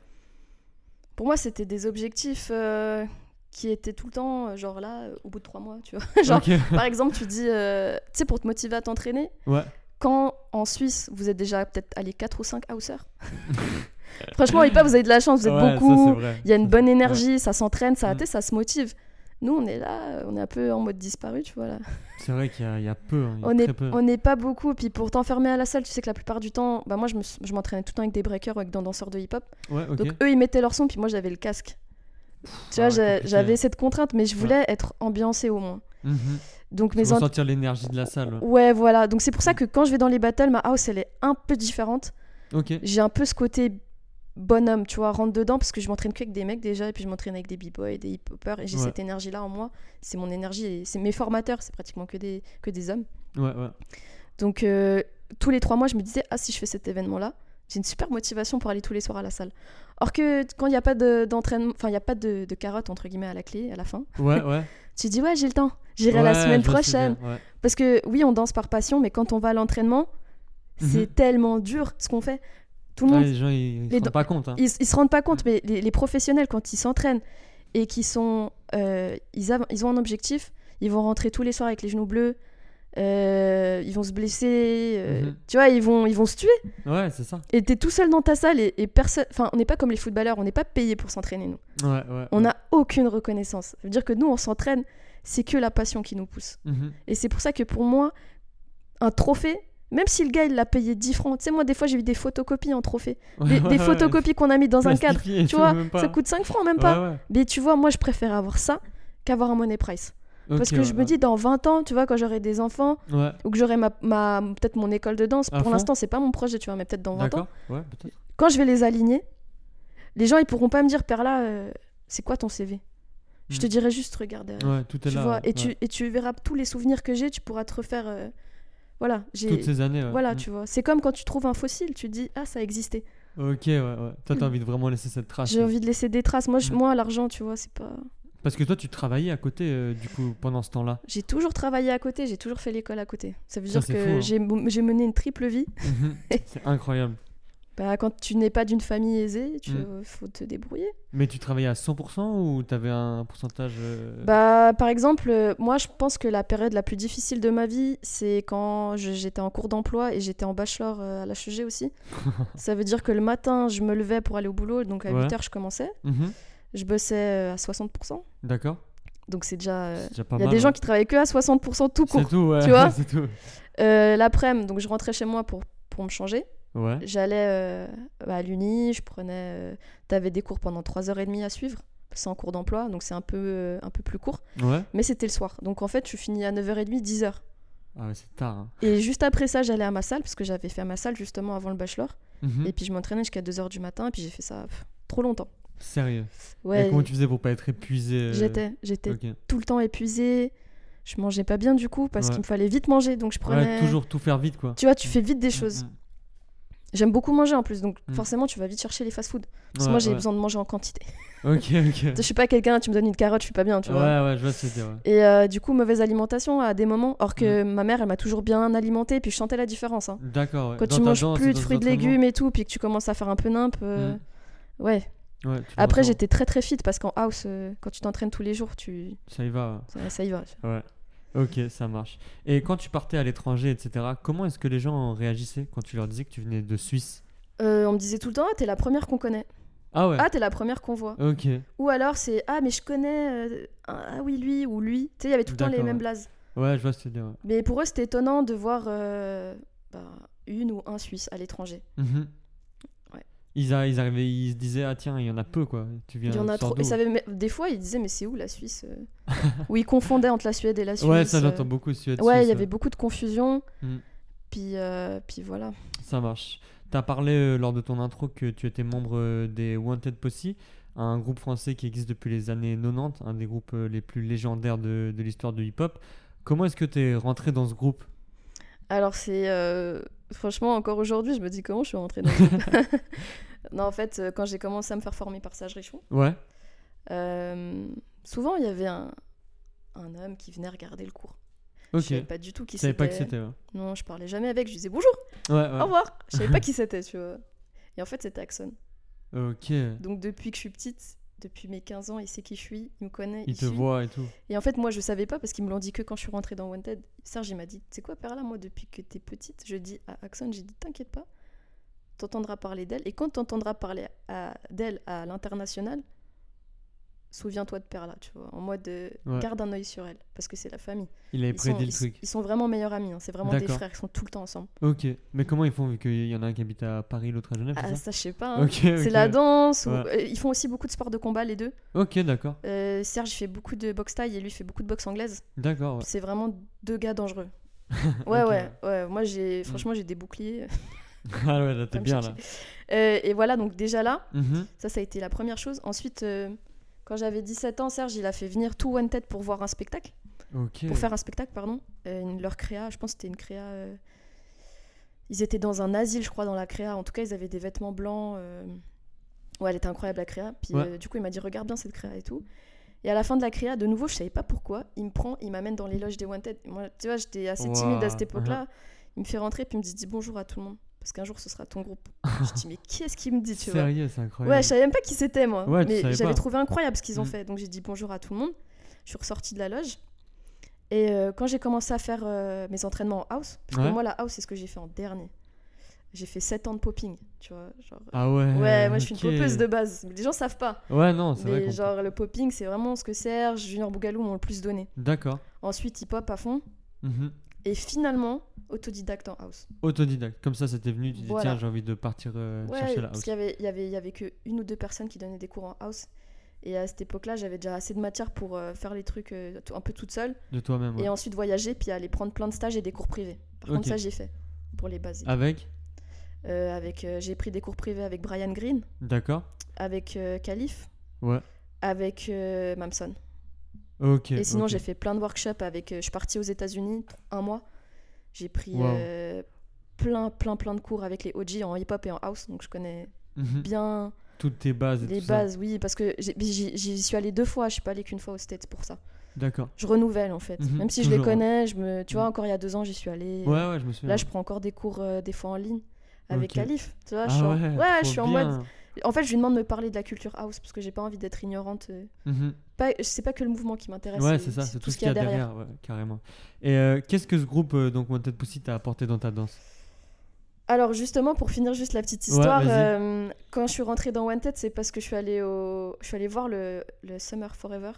B: Pour moi, c'était des objectifs euh, qui étaient tout le temps, euh, genre là, euh, au bout de trois mois, tu vois. genre,
A: Ok.
B: par exemple, tu dis, euh, tu sais, pour te motiver à t'entraîner,
A: Ouais.
B: quand en Suisse, vous êtes déjà peut-être allé 4 ou 5 housers. Franchement, hip-hop, vous avez de la chance, vous êtes
A: Ouais, ça, c'est
B: beaucoup,
A: vrai.
B: il y a une
A: Ça,
B: bonne
A: c'est-
B: énergie, ça s'entraîne, ça,
A: Mm.
B: tu sais, ça se motive. Nous, on est là, euh, on est un peu en mode disparu, tu vois. Là.
A: ouais. C'est vrai qu'il y, a- il y a peu, hein, il y a
B: On n'est
A: très peu.
B: on n'est pas beaucoup, puis pour t'enfermer à la salle, tu sais que la plupart du temps, bah moi, je me suis- je m'entraînais tout le temps avec des breakers ou avec des danseurs de hip-hop.
A: Ouais, ok. ah
B: Donc eux, ils mettaient leur son, puis moi, j'avais le casque. Tu
A: ouais,
B: vois, j'a-
A: compliqué.
B: j'avais cette contrainte, mais je voulais être ambiancée au moins.
A: Mhm.
B: Donc
A: Pour
B: mes en-
A: sentir l'énergie de la salle. ouais.
B: Ouais, voilà. Donc c'est pour ça
A: Mm.
B: que quand je vais dans les battles, ma house, elle est un peu différente.
A: Ok.
B: J'ai un peu ce côté bonhomme, tu vois, rentre dedans, parce que je m'entraîne qu'avec des mecs déjà, et puis je m'entraîne avec des b-boys, des hip-hoppers, et j'ai
A: Ouais.
B: cette énergie-là en moi. C'est mon énergie, et c'est mes formateurs, c'est pratiquement que des, que des hommes.
A: Ouais, ouais.
B: Donc euh, tous les trois mois, je me disais, ah si je fais cet événement-là, j'ai une super motivation pour aller tous les soirs à la salle. Or que t- quand il n'y a pas de- d'entraînement, enfin il n'y a pas de, de carotte entre guillemets à la clé, à la fin,
A: Ouais, ouais.
B: tu dis ouais j'ai le temps, j'irai la
A: Ouais,
B: semaine
A: je me souviens,
B: prochaine.
A: ouais.
B: Parce que oui, on danse par passion, mais quand on va à l'entraînement,
A: Mhm.
B: c'est tellement dur ce qu'on fait. Tout le
A: Ouais,
B: monde,
A: les gens, ils, ils se
B: les
A: rendent
B: dents-
A: pas compte. hein.
B: ils, ils se rendent pas compte, mais les, les professionnels quand ils s'entraînent et qui sont, euh, ils, av- ils ont un objectif, ils vont rentrer tous les soirs avec les genoux bleus. euh, ils vont se blesser, euh,
A: Mhm.
B: tu vois, ils vont, ils vont se tuer.
A: Ouais, c'est ça.
B: Et t'es tout seul dans ta salle et, et personne. Enfin, on n'est pas comme les footballeurs, on n'est pas payé pour s'entraîner, nous.
A: Ouais, ouais.
B: On n'a aucune reconnaissance. Ça veut dire que nous, on s'entraîne, c'est que la passion qui nous pousse.
A: Mhm.
B: Et c'est pour ça que pour moi, un trophée, même si le gars, il l'a payé 10 francs, tu sais, moi, des fois, j'ai eu des photocopies en trophée. Des,
A: Ouais,
B: des
A: ouais,
B: photocopies qu'on a mis dans un cadre.
A: plastifié,
B: Tu vois,
A: même pas.
B: ça coûte 5 francs, même pas.
A: Ouais, ouais.
B: Mais tu vois, moi, je préfère avoir ça qu'avoir un money price. Parce
A: Ok,
B: que je
A: ouais,
B: me dis, dans 20 ans, tu vois, quand j'aurai des enfants
A: ouais. Ouais,
B: ou que j'aurai ma, ma- peut-être mon école de danse,
A: À
B: pour
A: fond.
B: l'instant, c'est pas mon projet, tu vois, mais peut-être dans 20 ans.
A: d'accord. Ouais, peut-être.
B: quand je vais les aligner, les gens ils pourront pas me dire Perla, euh, c'est quoi ton CV Je te
A: Mm.
B: dirai juste regarde derrière.
A: Ouais, tout est
B: tu
A: là.
B: vois,
A: ouais,
B: et, tu,
A: ouais.
B: et tu verras tous les souvenirs que j'ai, tu pourras te refaire. euh, voilà, j'ai.
A: Toutes ces années. ouais.
B: Voilà,
A: Mm.
B: tu vois. C'est comme quand tu trouves un fossile, tu te dis ah ça existait.
A: Ok, ouais, ouais. Toi, t'as envie de vraiment laisser cette trace.
B: J'ai
A: ouais.
B: envie de laisser des traces. Moi, je-
A: Mm.
B: moi l'argent, tu vois, c'est pas.
A: Parce que toi, tu travaillais à côté, euh, du coup, pendant ce temps-là.
B: J'ai toujours travaillé à côté, j'ai toujours fait l'école à côté. Ça veut
A: Ça,
B: dire
A: c'est
B: que
A: fou, hein.
B: j'ai mo- j'ai mené une triple vie.
A: Mhm. c'est incroyable.
B: Bah, quand tu n'es pas d'une famille aisée, tu euh,
A: Mm.
B: faut te débrouiller.
A: Mais tu travaillais à 100% ou t'avais un pourcentage. euh,
B: Bah, par exemple, euh, moi, je pense que la période la plus difficile de ma vie, c'est quand je- j'étais en cours d'emploi et j'étais en bachelor euh, à l'HEG aussi. Ça veut dire que le matin, je me levais pour aller au boulot, donc à
A: Ouais.
B: 8h, je commençais.
A: mhm.
B: Je bossais euh, à 60%.
A: D'accord.
B: Donc, c'est déjà. euh,
A: C'est déjà pas
B: Il y a
A: mal,
B: des gens
A: ouais.
B: qui travaillaient que à 60% tout
A: C'est
B: court.
A: tout, ouais.
B: tu vois
A: C'est tout.
B: Euh, L'après-midi, donc je rentrais chez moi pour, pour me changer.
A: Ouais.
B: J'allais euh, bah, à l'Uni, je prenais. euh, T'avais des cours pendant 3h30 à suivre. C'est en cours d'emploi, donc c'est un peu, euh, un peu plus court.
A: Ouais.
B: Mais c'était le soir. Donc, en fait, tu finis à 9h30, 10h.
A: Ah, ouais, c'est tard. hein.
B: Et juste après ça, j'allais à ma salle, parce que j'avais fait ma salle justement avant le bachelor.
A: Mhm.
B: Et puis je m'entraînais jusqu'à 2h du matin, et puis j'ai fait ça pff, trop longtemps.
A: Sérieux. Et
B: Ouais,
A: comment tu faisais pour pas être épuisé euh,
B: j'étais, j'étais
A: Ok.
B: tout le temps épuisée. Je mangeais pas bien du coup, parce
A: Ouais.
B: qu'il me fallait vite manger, donc je prenais.
A: Ouais, toujours tout faire vite, quoi.
B: Tu vois, tu fais vite des choses.
A: Mm, mm.
B: J'aime beaucoup manger en plus, donc
A: Mm.
B: forcément tu vas vite chercher les fast-food. Parce que
A: Ouais,
B: moi j'ai
A: ouais.
B: besoin de manger en quantité.
A: Ok,
B: je
A: ok.
B: suis pas quelqu'un, tu me donnes une carotte, je suis pas bien, tu
A: Ouais,
B: vois.
A: ouais, je vois ce que tu veux dire, ouais.
B: Et euh, du coup, mauvaise alimentation à des moments. Or que
A: Mm.
B: ma mère, elle m'a toujours bien alimentée, puis je sentais la différence. hein.
A: D'accord, ouais.
B: Quand
A: Dans
B: tu
A: ta
B: manges
A: danse,
B: plus de
A: dans tes
B: fruits de
A: entraînements.
B: légumes et tout, puis que tu commences à faire un peu nimp, euh,
A: Mm.
B: ouais,
A: Ouais, tu le
B: Après,
A: ressens.
B: j'étais très très fit parce qu'en house, euh, quand tu t'entraînes tous les jours, tu
A: Ça y va,
B: ça, ça y va.
A: ouais. Ouais. Ok, ça marche. Et quand tu partais à l'étranger, etc., comment est-ce que les gens réagissaient quand tu leur disais que tu venais de Suisse
B: Euh, on me disait tout le temps, ah, t'es la première qu'on connaît.
A: Ah ouais
B: Ah, t'es la première qu'on voit.
A: Ok.
B: Ou alors c'est, ah, mais je connais, euh, ah oui, lui ou lui. Tu sais, il y avait tout le temps les
A: D'accord,
B: mêmes
A: ouais.
B: blazes.
A: Ouais, je vois ce que tu veux dire, ouais.
B: Mais pour eux, c'était étonnant ben, de voir euh, bah, une ou un Suisse à l'étranger.
A: Mhm.
B: Ouais.
A: Ils, a- ils arrivaient, ils se disaient, ah tiens, il y en a peu, quoi. Tu viens
B: Il y en a
A: tu sors
B: trop.
A: d'où
B: Ils savaient même- Des fois, ils disaient, mais c'est où la Suisse euh Ou ils confondaient entre la Suède et la Suisse.
A: Ouais, ça
B: euh.
A: j'entends beaucoup Suède.
B: Ouais, il
A: Suisse,
B: y avait beaucoup de confusion.
A: Mm.
B: Puis, euh, puis voilà.
A: Ça marche. T'as parlé euh, lors de ton intro que tu étais membre euh, des Wanted Posse, un groupe français qui existe depuis les années 90, un des groupes euh, les plus légendaires de, de l'histoire du hip-hop. Comment est-ce que t'es rentré dans ce groupe
B: Alors c'est euh, franchement encore aujourd'hui, je me dis comment je suis rentrée dans. le groupe. non, en fait, euh, quand j'ai commencé à me faire former par Sage Richon,
A: Ouais,
B: euh, souvent il y avait un, un homme qui venait regarder le cours.
A: ok.
B: Je savais
A: Je
B: pas du tout qui
A: savais
B: c'était.
A: pas que c'était. Ah. Ouais,
B: Non, je parlais jamais avec. Je disais bonjour,
A: ouais.
B: au revoir. Je savais pas qui c'était, tu vois. Et en fait, c'était Axon. Oh,
A: ouais. Ok.
B: Donc depuis que je suis petite, depuis mes 15 ans, il sait qui je suis, il me connaît.
A: Ils te
B: suit.
A: voient et tout.
B: Et en fait, moi, je savais pas parce qu'ils me l'ont dit que quand je suis rentrée dans Wanted. Serge, il m'a dit, c'est quoi Perla, moi, depuis que t'es petite Je dis à Axon, j'ai dit, t'inquiète pas, t'entendras parler d'elle. Et quand t'entendras parler à, d'elle à l'international, souviens-toi de Perla, tu vois, en mode euh,
A: Ouais.
B: garde un œil sur elle parce que c'est la famille.
A: Il avait
B: Ils sont,
A: prédit le
B: ils-
A: truc.
B: ils sont vraiment meilleurs amis, hein, c'est vraiment des
A: D'accord.
B: frères, ils sont tout le temps ensemble.
A: Ok. Mais comment ils font vu qu'il y en a un qui habite à Paris, l'autre à Genève,
B: Ah,
A: c'est ça
B: ça, je sais pas. hein.
A: Ok, ok.
B: C'est la danse, ou-
A: Ouais.
B: euh, ils font aussi beaucoup de sports de combat, les deux.
A: Ok, d'accord.
B: Euh, Serge fait beaucoup de boxe taille et lui fait beaucoup de boxe anglaise.
A: D'accord, ouais.
B: C'est vraiment deux gars dangereux. Ouais,
A: Ok,
B: ouais, ouais. Moi, j'ai, franchement, j'ai des boucliers.
A: Ah ouais, là, t'es
B: me
A: bien là.
B: Euh, et voilà, donc déjà là,
A: Mhm.
B: ça, ça a été la première chose. Ensuite, euh, quand j'avais 17 ans, Serge, il a fait venir tout Wanted pour voir un spectacle,
A: Ok.
B: pour faire un spectacle, pardon. Euh, une- leur créa, je pense que c'était une créa. euh, Ils étaient dans un asile, je crois, dans la créa. En tout cas, ils avaient des vêtements blancs. euh, Ouais, elle était incroyable, la créa. Puis
A: Ouais.
B: euh, du coup, il m'a dit, regarde bien cette créa et tout. Et à la fin de la créa, de nouveau, je savais pas pourquoi, il me prend, il m'amène dans les loges des Wanted. Et moi, tu vois, j'étais assez timide
A: Ouah,
B: à cette époque-là.
A: Uh-huh.
B: Il me fait rentrer, puis il me dit, dis bonjour à tout le monde, parce qu'un jour, ce sera ton groupe. je dis, mais qui est-ce qui me dit, tu vois
A: Sérieux, c'est
B: Ouais,
A: incroyable.
B: je savais même pas qui c'était, moi.
A: Ouais, tu
B: mais
A: savais pas.
B: j'avais trouvé incroyable ce qu'ils ont
A: Mm.
B: fait. Donc j'ai dit bonjour à tout le monde. Je suis ressortie de la loge. Et euh, quand j'ai commencé à faire euh, mes entraînements en house, parce
A: Ouais.
B: que moi, la house, c'est ce que j'ai fait en dernier. J'ai fait 7 ans de popping, tu vois. Genre...
A: Ah ouais.
B: ouais, moi, je suis
A: ok.
B: une popeuse de base. Les gens savent pas.
A: Ouais, non, c'est vrai.
B: Mais
A: qu'on-
B: genre, le popping, c'est vraiment ce que Serge, Junior Bougalou m'ont le plus donné.
A: D'accord.
B: Ensuite, hip-hop à fond.
A: Mhm.
B: Et finalement, autodidacte en house.
A: Autodidacte. Comme ça, c'était venu, tu dis,
B: Voilà.
A: tiens, j'ai envie de partir euh,
B: Ouais,
A: chercher la
B: parce
A: house.
B: qu'il y avait, il y, avait, il y avait que une ou deux personnes qui donnaient des cours en house. Et à cette époque-là, j'avais déjà assez de matière pour euh, faire les trucs euh, tout- un peu toute seule.
A: De toi-même. ouais.
B: Et ensuite voyager, puis aller prendre plein de stages et des cours privés. Par
A: Ok. Ah.
B: contre, ça, j'ai fait pour les bases.
A: Avec
B: Euh, avec, euh, j'ai pris des cours privés avec Brian Green,
A: D'accord.
B: avec euh, Calif,
A: Ouais.
B: avec euh, Mamson.
A: Ok.
B: et sinon,
A: ok.
B: j'ai fait plein de workshops avec. euh, je suis partie aux États-Unis t- un mois. J'ai pris
A: Wow.
B: euh, plein, plein, plein de cours avec les OG en hip-hop et en house. Donc, je connais
A: Mhm.
B: bien.
A: Toutes tes bases et
B: Les
A: tout
B: bases, oui, parce que j'ai- j'y j'y suis allée deux fois, je suis pas allée qu'une fois aux States pour ça.
A: ça. D'accord.
B: Je renouvelle en fait.
A: Mhm,
B: Même si je les
A: toujours,
B: connais, je me... tu vois,
A: Mhm.
B: encore il y a deux ans, j'y suis allée.
A: Ouais, ouais, je me souviens.
B: Là, je prends encore des cours euh, des fois en ligne avec
A: Ok.
B: Calif. Tu vois,
A: Ah
B: je suis, en...
A: ouais,
B: ouais,
A: trop
B: je suis en
A: bien.
B: mode. En fait, je lui demande de me parler de la culture house parce que j'ai pas envie d'être ignorante. euh.
A: Mhm.
B: Pas... C'est pas que le mouvement qui m'intéresse.
A: Ouais, c'est ça, c'est tout ce qu'il y a derrière, ouais, carrément. Et euh, qu'est-ce que ce groupe, euh, donc Wanted Pussy, t'a apporté dans ta danse
B: Alors, justement, pour finir juste la petite
A: Ouais,
B: histoire,
A: vas-y.
B: euh, quand je suis rentrée dans Wanted, c'est parce que je suis allée, au... je suis allée voir le, le Summer Forever,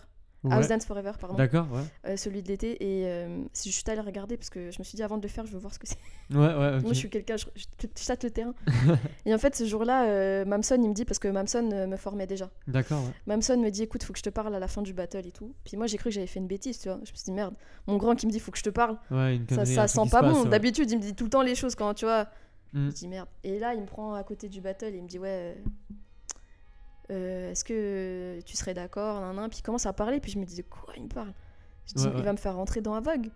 A: Ouais.
B: House Dance Forever, pardon.
A: D'accord, ouais.
B: euh, celui de l'été et euh, si je suis allée regarder parce que je me suis dit avant de le faire je veux voir ce que c'est
A: Ouais, ouais, ok.
B: moi je suis quelqu'un je, je, je tâte le terrain et en fait ce jour là Mamson il me dit parce que Mamson euh, me formait déjà
A: D'accord, ouais.
B: Mamson me dit écoute faut que je te parle à la fin du battle et tout puis moi j'ai cru que j'avais fait une bêtise tu vois je me suis dit merde mon grand qui me dit faut que je te parle
A: Ouais, une
B: ça,
A: connerie,
B: ça
A: un truc
B: sent
A: qui se
B: pas
A: passe,
B: bon
A: ouais.
B: d'habitude il me dit tout le temps les choses quand tu vois
A: Mm.
B: je dis merde et là il me prend à côté du battle et il me dit ouais euh, euh, est-ce que tu serais d'accord nan, nan. puis il commence à parler puis je me dis de quoi il me parle je dis
A: Ouais, ouais.
B: il va me faire rentrer dans Vogue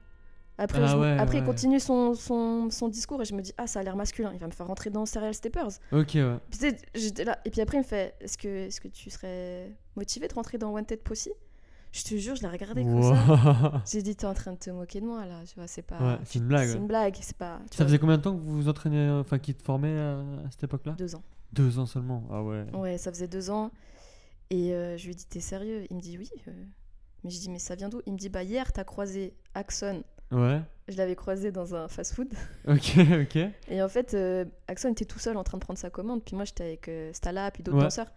B: après,
A: Ah
B: je-
A: ouais,
B: après il
A: ouais.
B: continue son, son, son discours et je me dis ah ça a l'air masculin il va me faire rentrer dans Serial Steppers
A: Ok, ouais.
B: puis, tu sais, j'étais là. Et puis après, il me fait Est-ce que, est que tu serais motivé de rentrer dans Wanted Pussy Je te jure, je l'ai regardé comme ça.
A: Wow.
B: J'ai dit T'es en train de te moquer de moi là, tu vois, c'est pas.
A: Ouais, c'est une blague,
B: C'est
A: ouais.
B: une blague, c'est pas. tu
A: Ça
B: vois,
A: faisait combien de temps que vous vous entraînez, euh, enfin, qui te formait à, à cette époque-là
B: deux ans.
A: Deux ans seulement. Ah ouais.
B: Ouais, ça faisait deux ans. Et euh, je lui dis T'es sérieux Il me dit Oui. euh. Mais je dis Mais ça vient d'où Il me dit Bah, hier, t'as croisé Axon.
A: Ouais.
B: Je l'avais croisé dans un fast-food.
A: Ok, ok.
B: Et en fait, euh, Axon était tout seul en train de prendre sa commande. Puis moi, j'étais avec euh, Stala, puis d'autres
A: Ouais.
B: danseurs.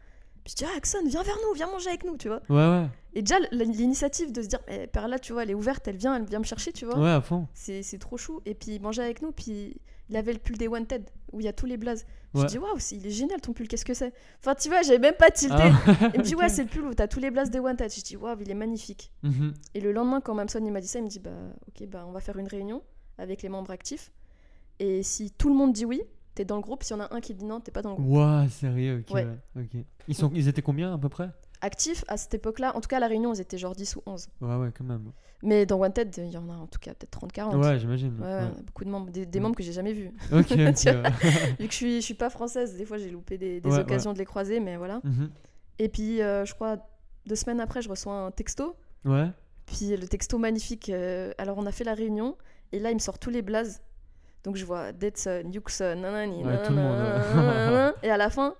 B: Puis je dis, ah, Axon, viens vers nous, viens manger avec nous, tu vois.
A: Ouais, ouais.
B: Et déjà, l- l'initiative de se dire, mais Perla, tu vois, elle est ouverte, elle vient, elle vient me chercher, tu vois.
A: Ouais, à fond.
B: C'est c'est trop chou. Et puis, il mangeait avec nous, puis il avait le pull des Wanted, où il y a tous les blazes.
A: Ouais.
B: Je dis, waouh, c'est- il est génial ton pull, qu'est-ce que c'est Enfin, tu vois, j'avais même pas tilté.
A: Ah.
B: Il me dit,
A: Ok.
B: ouais, c'est le pull où t'as tous les blazes des Wanted. Je dis, waouh, il est magnifique.
A: Mhm.
B: Et le lendemain, quand Mamson il m'a dit ça, il me dit bah ok bah on va faire une réunion avec les membres actifs. Et si tout le monde dit oui, t'es dans le groupe. Si y en a un qui dit non, t'es pas dans le groupe.
A: Ouah, sérieux, ok.
B: Ouais.
A: ouais, ok. Ils, sont, ils étaient combien à peu près
B: Actifs à cette époque-là, en tout cas à la réunion, ils étaient genre 10 ou 11.
A: Ouais, ouais, quand même.
B: Mais dans Wanted, il y en a en tout cas peut-être 30, 40.
A: Ouais, j'imagine.
B: Ouais,
A: ouais.
B: on a beaucoup de membres, des, des
A: Mm.
B: membres que j'ai jamais vus.
A: Ok, ok.
B: Tu vois.
A: ouais.
B: Vu que je suis, je suis pas française, des fois j'ai loupé des, des
A: Ouais,
B: occasions de les croiser, mais voilà.
A: Mhm.
B: Et puis euh, je crois deux semaines après, je reçois un texto.
A: Ouais.
B: Puis le texto magnifique. euh, alors on a fait la réunion et là il me sort tous les blazes. Donc je vois Detson, Nixon, euh, nanani,
A: Ouais, tout le monde, ouais.
B: nanana, et à la fin,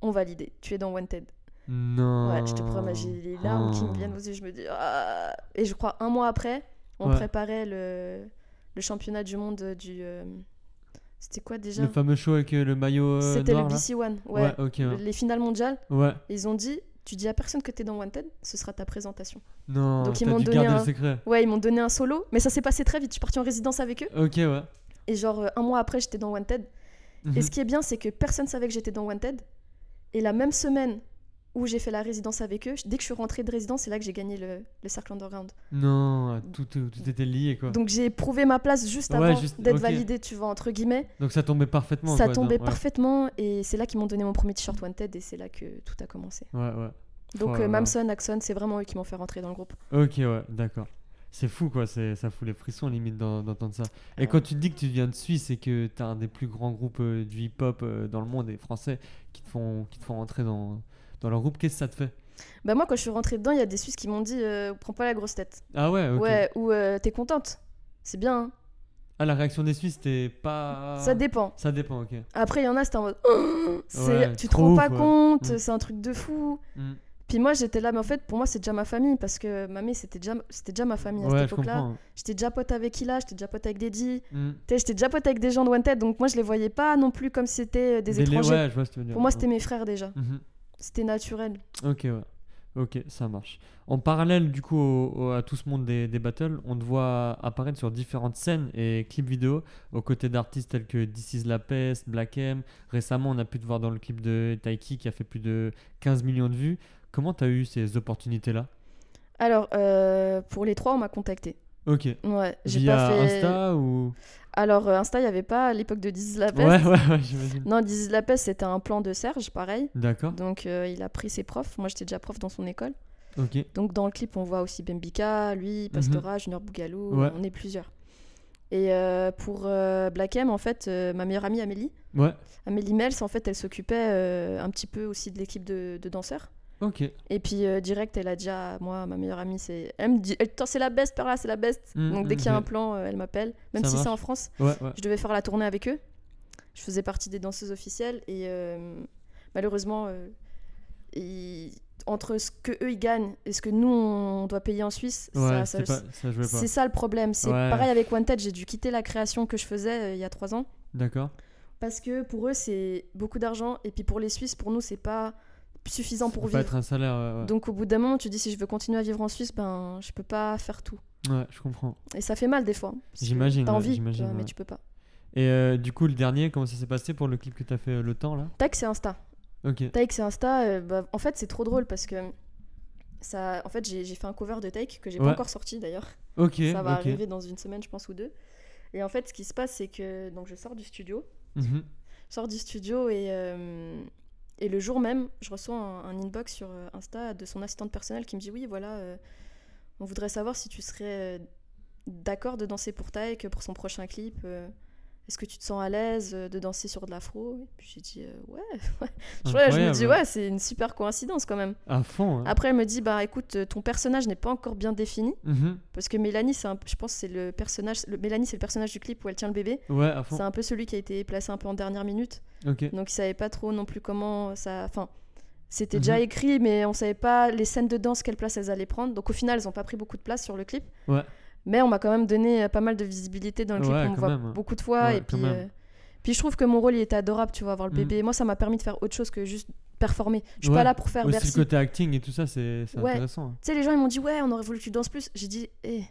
B: on valide. Tu es dans Wanted.
A: Non.
B: Ouais, je te promets, j'ai les larmes qui me viennent aux yeux. Je me dis ah et je crois un mois après, on
A: Ouais.
B: préparait le, le championnat du monde du euh, c'était quoi déjà
A: Le fameux show avec euh, le maillot. euh,
B: C'était le
A: noir, là
B: BC One. Ouais.
A: Ouais, ok.
B: Le-
A: Ouais.
B: Les finales mondiales.
A: Ouais.
B: Ils ont dit tu dis à personne que t'es dans Wanted, ce sera ta présentation.
A: Non,
B: Donc, ils
A: t'as
B: m'ont
A: dû
B: donné
A: garder le
B: un-
A: secret.
B: Ouais, ils m'ont donné un solo, mais ça s'est passé très vite. Je suis partie en résidence avec eux.
A: Ok, ouais.
B: Et genre, euh, un mois après, j'étais dans Wanted.
A: Mhm.
B: Et ce qui est bien, c'est que personne savait que j'étais dans Wanted. Et la même semaine où j'ai fait la résidence avec eux, je- dès que je suis rentrée de résidence, c'est là que j'ai gagné le, le cercle underground.
A: Non, tout, tout, tout était lié, quoi. Donc,
B: Donc j'ai prouvé ma place juste
A: Ouais,
B: avant
A: juste-
B: d'être
A: ok.
B: validée, tu vois, entre guillemets.
A: ça tombait parfaitement.
B: ça
A: quoi,
B: tombait
A: non, ouais.
B: parfaitement. Et c'est là qu'ils m'ont donné mon premier t-shirt Wanted. Et c'est là que tout a commencé.
A: Ouais, ouais.
B: Donc
A: Oh là
B: euh,
A: là.
B: Mamson, Axon, c'est vraiment eux qui m'ont fait rentrer dans le groupe.
A: Ok, ouais, d'accord. C'est fou, quoi. c'est- Ça fout les frissons, limite, d'en- d'entendre ça. Et
B: Ouais.
A: quand tu te dis que tu viens de Suisse et que t'as un des plus grands groupes euh, du hip-hop euh, dans le monde et français qui te font, qui te font rentrer dans, dans leur groupe, qu'est-ce que ça te fait
B: Bah moi, quand je suis rentrée dedans, il y a des Suisses qui m'ont dit euh, prends pas la grosse tête.
A: Ah ouais, ok.
B: Ouais, ou euh, t'es contente. C'est bien. hein.
A: Ah, la réaction des Suisses, t'es pas.
B: Ça dépend.
A: Ça dépend, ok.
B: Après, il y en a, c'était en mode. Oh C'est-
A: Ouais,
B: tu te
A: trop
B: rends
A: ouf,
B: pas
A: ouais.
B: compte,
A: Mm.
B: c'est un truc de fou.
A: Mm.
B: Puis moi, j'étais là, mais en fait, pour moi, c'est déjà ma famille, parce que ma mère, c'était déjà, c'était déjà ma famille à
A: ouais,
B: cette
A: je
B: époque-là.
A: comprends.
B: J'étais déjà pote avec Hila, j'étais déjà pote avec Deddy,
A: Mm.
B: Tu sais, j'étais déjà pote avec des gens de Wanted, donc moi, je les voyais pas non plus comme si c'était euh, des
A: Délai-
B: étrangers.
A: ouais, je vois ce que tu veux dire.
B: Pour moi,
A: Ouais.
B: c'était mes frères déjà.
A: Mhm.
B: C'était naturel.
A: Ok, ouais. Ok, ça marche. En parallèle, du coup, au- au- à tout ce monde des, des battles, on te voit apparaître sur différentes scènes et clips vidéo aux côtés d'artistes tels que This is La Peste, Black M. Récemment, on a pu te voir dans le clip de Taiki qui a fait plus de 15 millions de vues. Comment t'as eu ces opportunités-là
B: Alors, euh, pour les trois, on m'a contacté.
A: Ok.
B: Ouais, j'ai
A: Via
B: pas fait.
A: Insta ou.
B: Alors, euh, Insta, il n'y avait pas à l'époque de Diz la Peste.
A: Ouais, ouais, ouais, j'imagine.
B: Non, Diz la Peste, c'était un plan de Serge, pareil.
A: D'accord,
B: Donc euh, il a pris ses profs. Moi j'étais déjà prof dans son école.
A: ok.
B: Donc dans le clip on voit aussi Bembika, lui, Pastora, Junior Bougalou,
A: Mhm. Ouais.
B: on est plusieurs. Et euh, pour euh, Black M en fait, euh, ma meilleure amie Amélie,
A: Ouais,
B: Amélie Mels en fait, elle s'occupait euh, un petit peu aussi de l'équipe de, de danseurs.
A: ok.
B: Et puis euh, direct elle a dit à moi, ma meilleure amie c'est, elle me dit, Attends, c'est la best par là, c'est la best.
A: Mm,
B: Donc dès
A: mm,
B: qu'il y a
A: ok.
B: un plan, euh, elle m'appelle. Même
A: Ça
B: si c'est en
A: marche.
B: France,
A: Ouais, ouais.
B: je devais faire la tournée avec eux. Je faisais partie des danseuses officielles et euh, malheureusement, euh, ils- entre ce que eux ils gagnent et ce que nous on doit payer en Suisse, ça-
A: Ouais,
B: ça-
A: c'était pas- ça jouait pas.
B: c'est ça le problème. C'est
A: Ouais.
B: pareil avec Wanted, j'ai dû quitter la création que je faisais euh, il y a trois ans
A: D'accord.
B: parce que pour eux c'est beaucoup d'argent et puis pour les Suisses, pour nous c'est pas suffisant
A: Ça
B: pour
A: peut pas
B: vivre.
A: être un salaire, ouais, ouais.
B: Donc au bout d'un moment, tu dis si je veux continuer à vivre en Suisse, ben je peux pas faire tout.
A: Ouais, je comprends.
B: Et ça fait mal des fois. hein, parce que
A: J'imagine,
B: T'as
A: ouais,
B: envie, tu
A: j'imagine,
B: vois, mais
A: ouais.
B: tu peux pas.
A: Et euh, du coup, le dernier, comment ça s'est passé pour le clip que t'as fait euh, le temps là
B: Tac, c'est Insta.
A: Ok.
B: Take c'est Insta, euh, bah, en fait c'est trop drôle parce que ça, en fait j'ai j'ai fait un cover de Take que j'ai
A: Ouais.
B: pas encore sorti d'ailleurs.
A: Ok.
B: ça va
A: ok.
B: arriver dans une semaine je pense ou deux. Et en fait ce qui se passe c'est que donc je sors du studio,
A: Mhm.
B: je sors du studio et euh, et le jour même je reçois un, un inbox sur euh, Insta de son assistante personnelle qui me dit oui voilà euh, on voudrait savoir si tu serais euh, d'accord de danser pour Take pour son prochain clip. euh, Est-ce que tu te sens à l'aise euh, de danser sur de l'afro Et puis j'ai dit euh, ouais. Je, vois, je me
A: Incroyable.
B: dis, ouais, c'est une super coïncidence quand même.
A: À fond. hein.
B: Après, elle me dit, bah écoute, euh, ton personnage n'est pas encore bien défini.
A: Mhm.
B: Parce que Mélanie, c'est un- je pense que c'est le personnage. Le, Mélanie, c'est le personnage du clip où elle tient le bébé.
A: Ouais, à fond.
B: C'est un peu celui qui a été placé un peu en dernière minute.
A: Ok.
B: Donc, il savait pas trop non plus comment ça. Enfin, c'était
A: Mhm.
B: déjà écrit, mais on savait pas les scènes de danse, quelle place elles allaient prendre. Donc, au final, elles ont pas pris beaucoup de place sur le clip.
A: Ouais.
B: Mais on m'a quand même donné euh, pas mal de visibilité dans le clip.
A: Ouais,
B: on me
A: quand
B: voit
A: même. hein.
B: beaucoup de fois.
A: Ouais,
B: et
A: quand
B: puis.
A: même.
B: euh, Puis je trouve que mon rôle, il était adorable, tu vois, avoir le
A: Mm.
B: bébé. Moi, ça m'a permis de faire autre chose que juste performer. Je suis
A: Ouais.
B: pas là pour faire
A: Aussi
B: Bercy.
A: le côté acting et tout ça, c'est c'est
B: Ouais.
A: intéressant. hein.
B: Tu sais, les gens, ils m'ont dit, ouais, on aurait voulu que tu danses plus. J'ai dit, eh,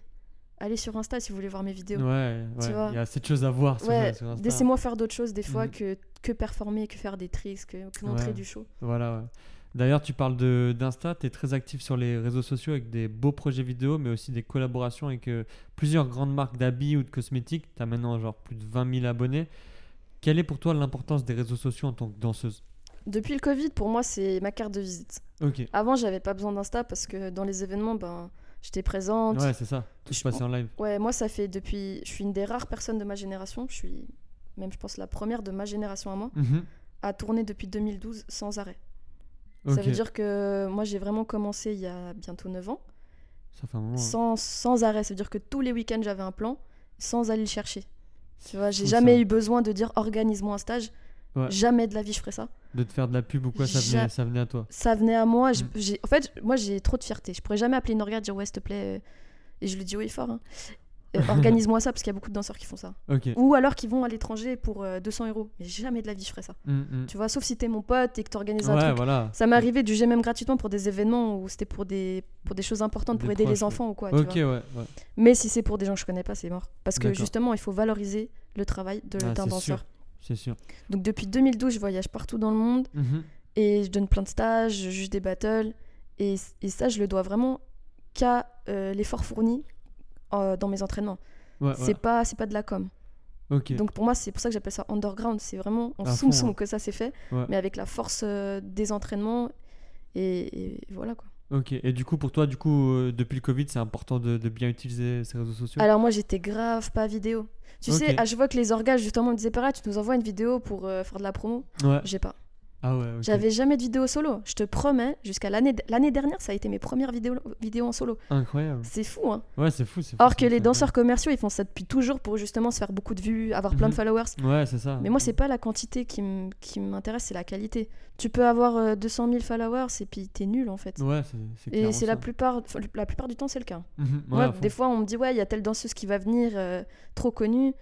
B: allez sur Insta si vous voulez voir mes
A: Ouais,
B: vidéos.
A: ouais.
B: Tu vois.
A: il y a assez de choses à voir sur,
B: Ouais,
A: sur Insta.
B: laissez-moi faire d'autres choses des fois
A: Mhm.
B: que, que performer, que faire des tricks, que, que montrer
A: Ouais.
B: du show.
A: Voilà, ouais. D'ailleurs, tu parles de- d'Insta, tu es très actif sur les réseaux sociaux avec des beaux projets vidéo, mais aussi des collaborations avec euh, plusieurs grandes marques d'habits ou de cosmétiques. Tu as maintenant genre plus de 20 000 abonnés. Quelle est pour toi l'importance des réseaux sociaux en tant que danseuse
B: Depuis le Covid, pour moi, c'est ma carte de visite.
A: Ok,
B: Avant, j'avais pas besoin d'Insta parce que dans les événements, ben, j'étais présente.
A: ouais, c'est ça, tout se
B: Je-
A: passe en live.
B: Ouais, moi, ça fait depuis. Je suis une des rares personnes de ma génération, je suis même, je pense, la première de ma génération à moi,
A: Mhm.
B: à tourner depuis 2012 sans arrêt. Ça
A: Ok.
B: veut dire que moi, j'ai vraiment commencé il y a bientôt 9 ans,
A: Ça fait un moment.
B: sans, sans arrêt. Ça veut dire que tous les week-ends, j'avais un plan sans aller le chercher. Tu vois, j'ai
A: Fou,
B: jamais
A: ça.
B: eu besoin de dire organise-moi un stage.
A: Ouais.
B: Jamais de la vie, je ferais ça.
A: hein. De te faire de la pub ou quoi, ça venait,
B: Ja-
A: ça venait à toi.
B: Ça venait à moi. je-
A: Mm.
B: j'ai- En fait, moi, j'ai trop de fierté. Je pourrais jamais appeler Noria et dire ouais, s'il te plaît. euh, Et je lui dis oui, fort. hein. Euh, organise-moi ça parce qu'il y a beaucoup de danseurs qui font ça.
A: Ok.
B: Ou alors qu'ils vont à l'étranger pour euh, 200 euros. Mais jamais de la vie, je ferais ça.
A: Mhm.
B: Tu vois, sauf si t'es mon pote et que t'organises un
A: Ouais,
B: truc.
A: voilà.
B: Ça m'est arrivé du j'ai même gratuitement pour des événements où c'était pour des, pour des choses importantes, pour
A: Des
B: aider
A: proches,
B: les
A: ouais.
B: enfants ou quoi. tu
A: Ok,
B: vois.
A: ouais. ouais.
B: Mais si c'est pour des gens que je connais pas, c'est mort. Parce que
A: D'accord.
B: justement, il faut valoriser le travail de-
A: Ah,
B: d'un
A: c'est
B: danseur.
A: sûr. C'est sûr.
B: Donc depuis 2012, je voyage partout dans le monde
A: Mhm.
B: et je donne plein de stages, je juge des battles. Et, et ça, je le dois vraiment qu'à euh, l'effort fourni euh, dans mes entraînements.
A: Ouais,
B: C'est
A: Ah, ouais.
B: pas, c'est pas de la com.
A: Ok.
B: Donc pour moi, c'est pour ça que j'appelle ça underground. C'est vraiment en
A: À fond,
B: soum-soum
A: ouais.
B: que ça s'est fait,
A: Ouais.
B: mais avec la force euh, des entraînements. Et, et voilà quoi.
A: Ok, et du coup, pour toi, du coup, euh, depuis le Covid, c'est important de, de bien utiliser ces réseaux sociaux
B: Alors moi, j'étais grave pas vidéo. Tu
A: Ok.
B: sais, à chaque fois que les orgas, justement, me disaient, Pera, tu nous envoies une vidéo pour euh, faire de la promo.
A: Ouais.
B: J'ai pas.
A: Ah ouais, ok.
B: J'avais jamais de vidéo solo. Je te promets, jusqu'à l'année l'année dernière, ça a été mes premières vidéos, vidéos en solo.
A: Incroyable.
B: C'est fou, hein.
A: Ouais, c'est fou. c'est fou,
B: Or
A: c'est
B: que
A: fou,
B: les
A: c'est
B: danseurs commerciaux, ils font ça depuis toujours pour justement se faire beaucoup de vues, avoir plein de
A: Mhm.
B: followers.
A: dingue. Ouais, c'est ça.
B: Mais moi, c'est pas la quantité qui m- qui m'intéresse, c'est la qualité. Tu peux avoir euh, 200 000 followers et puis t'es nul en fait.
A: Ouais, c'est- c'est
B: et
A: clairement
B: c'est la
A: ça.
B: plupart, enfin, la plupart du temps, c'est le cas.
A: Mhm, ouais,
B: Moi,
A: à fond.
B: des fois, on me dit ouais, il y a telle danseuse qui va venir, euh, trop connue,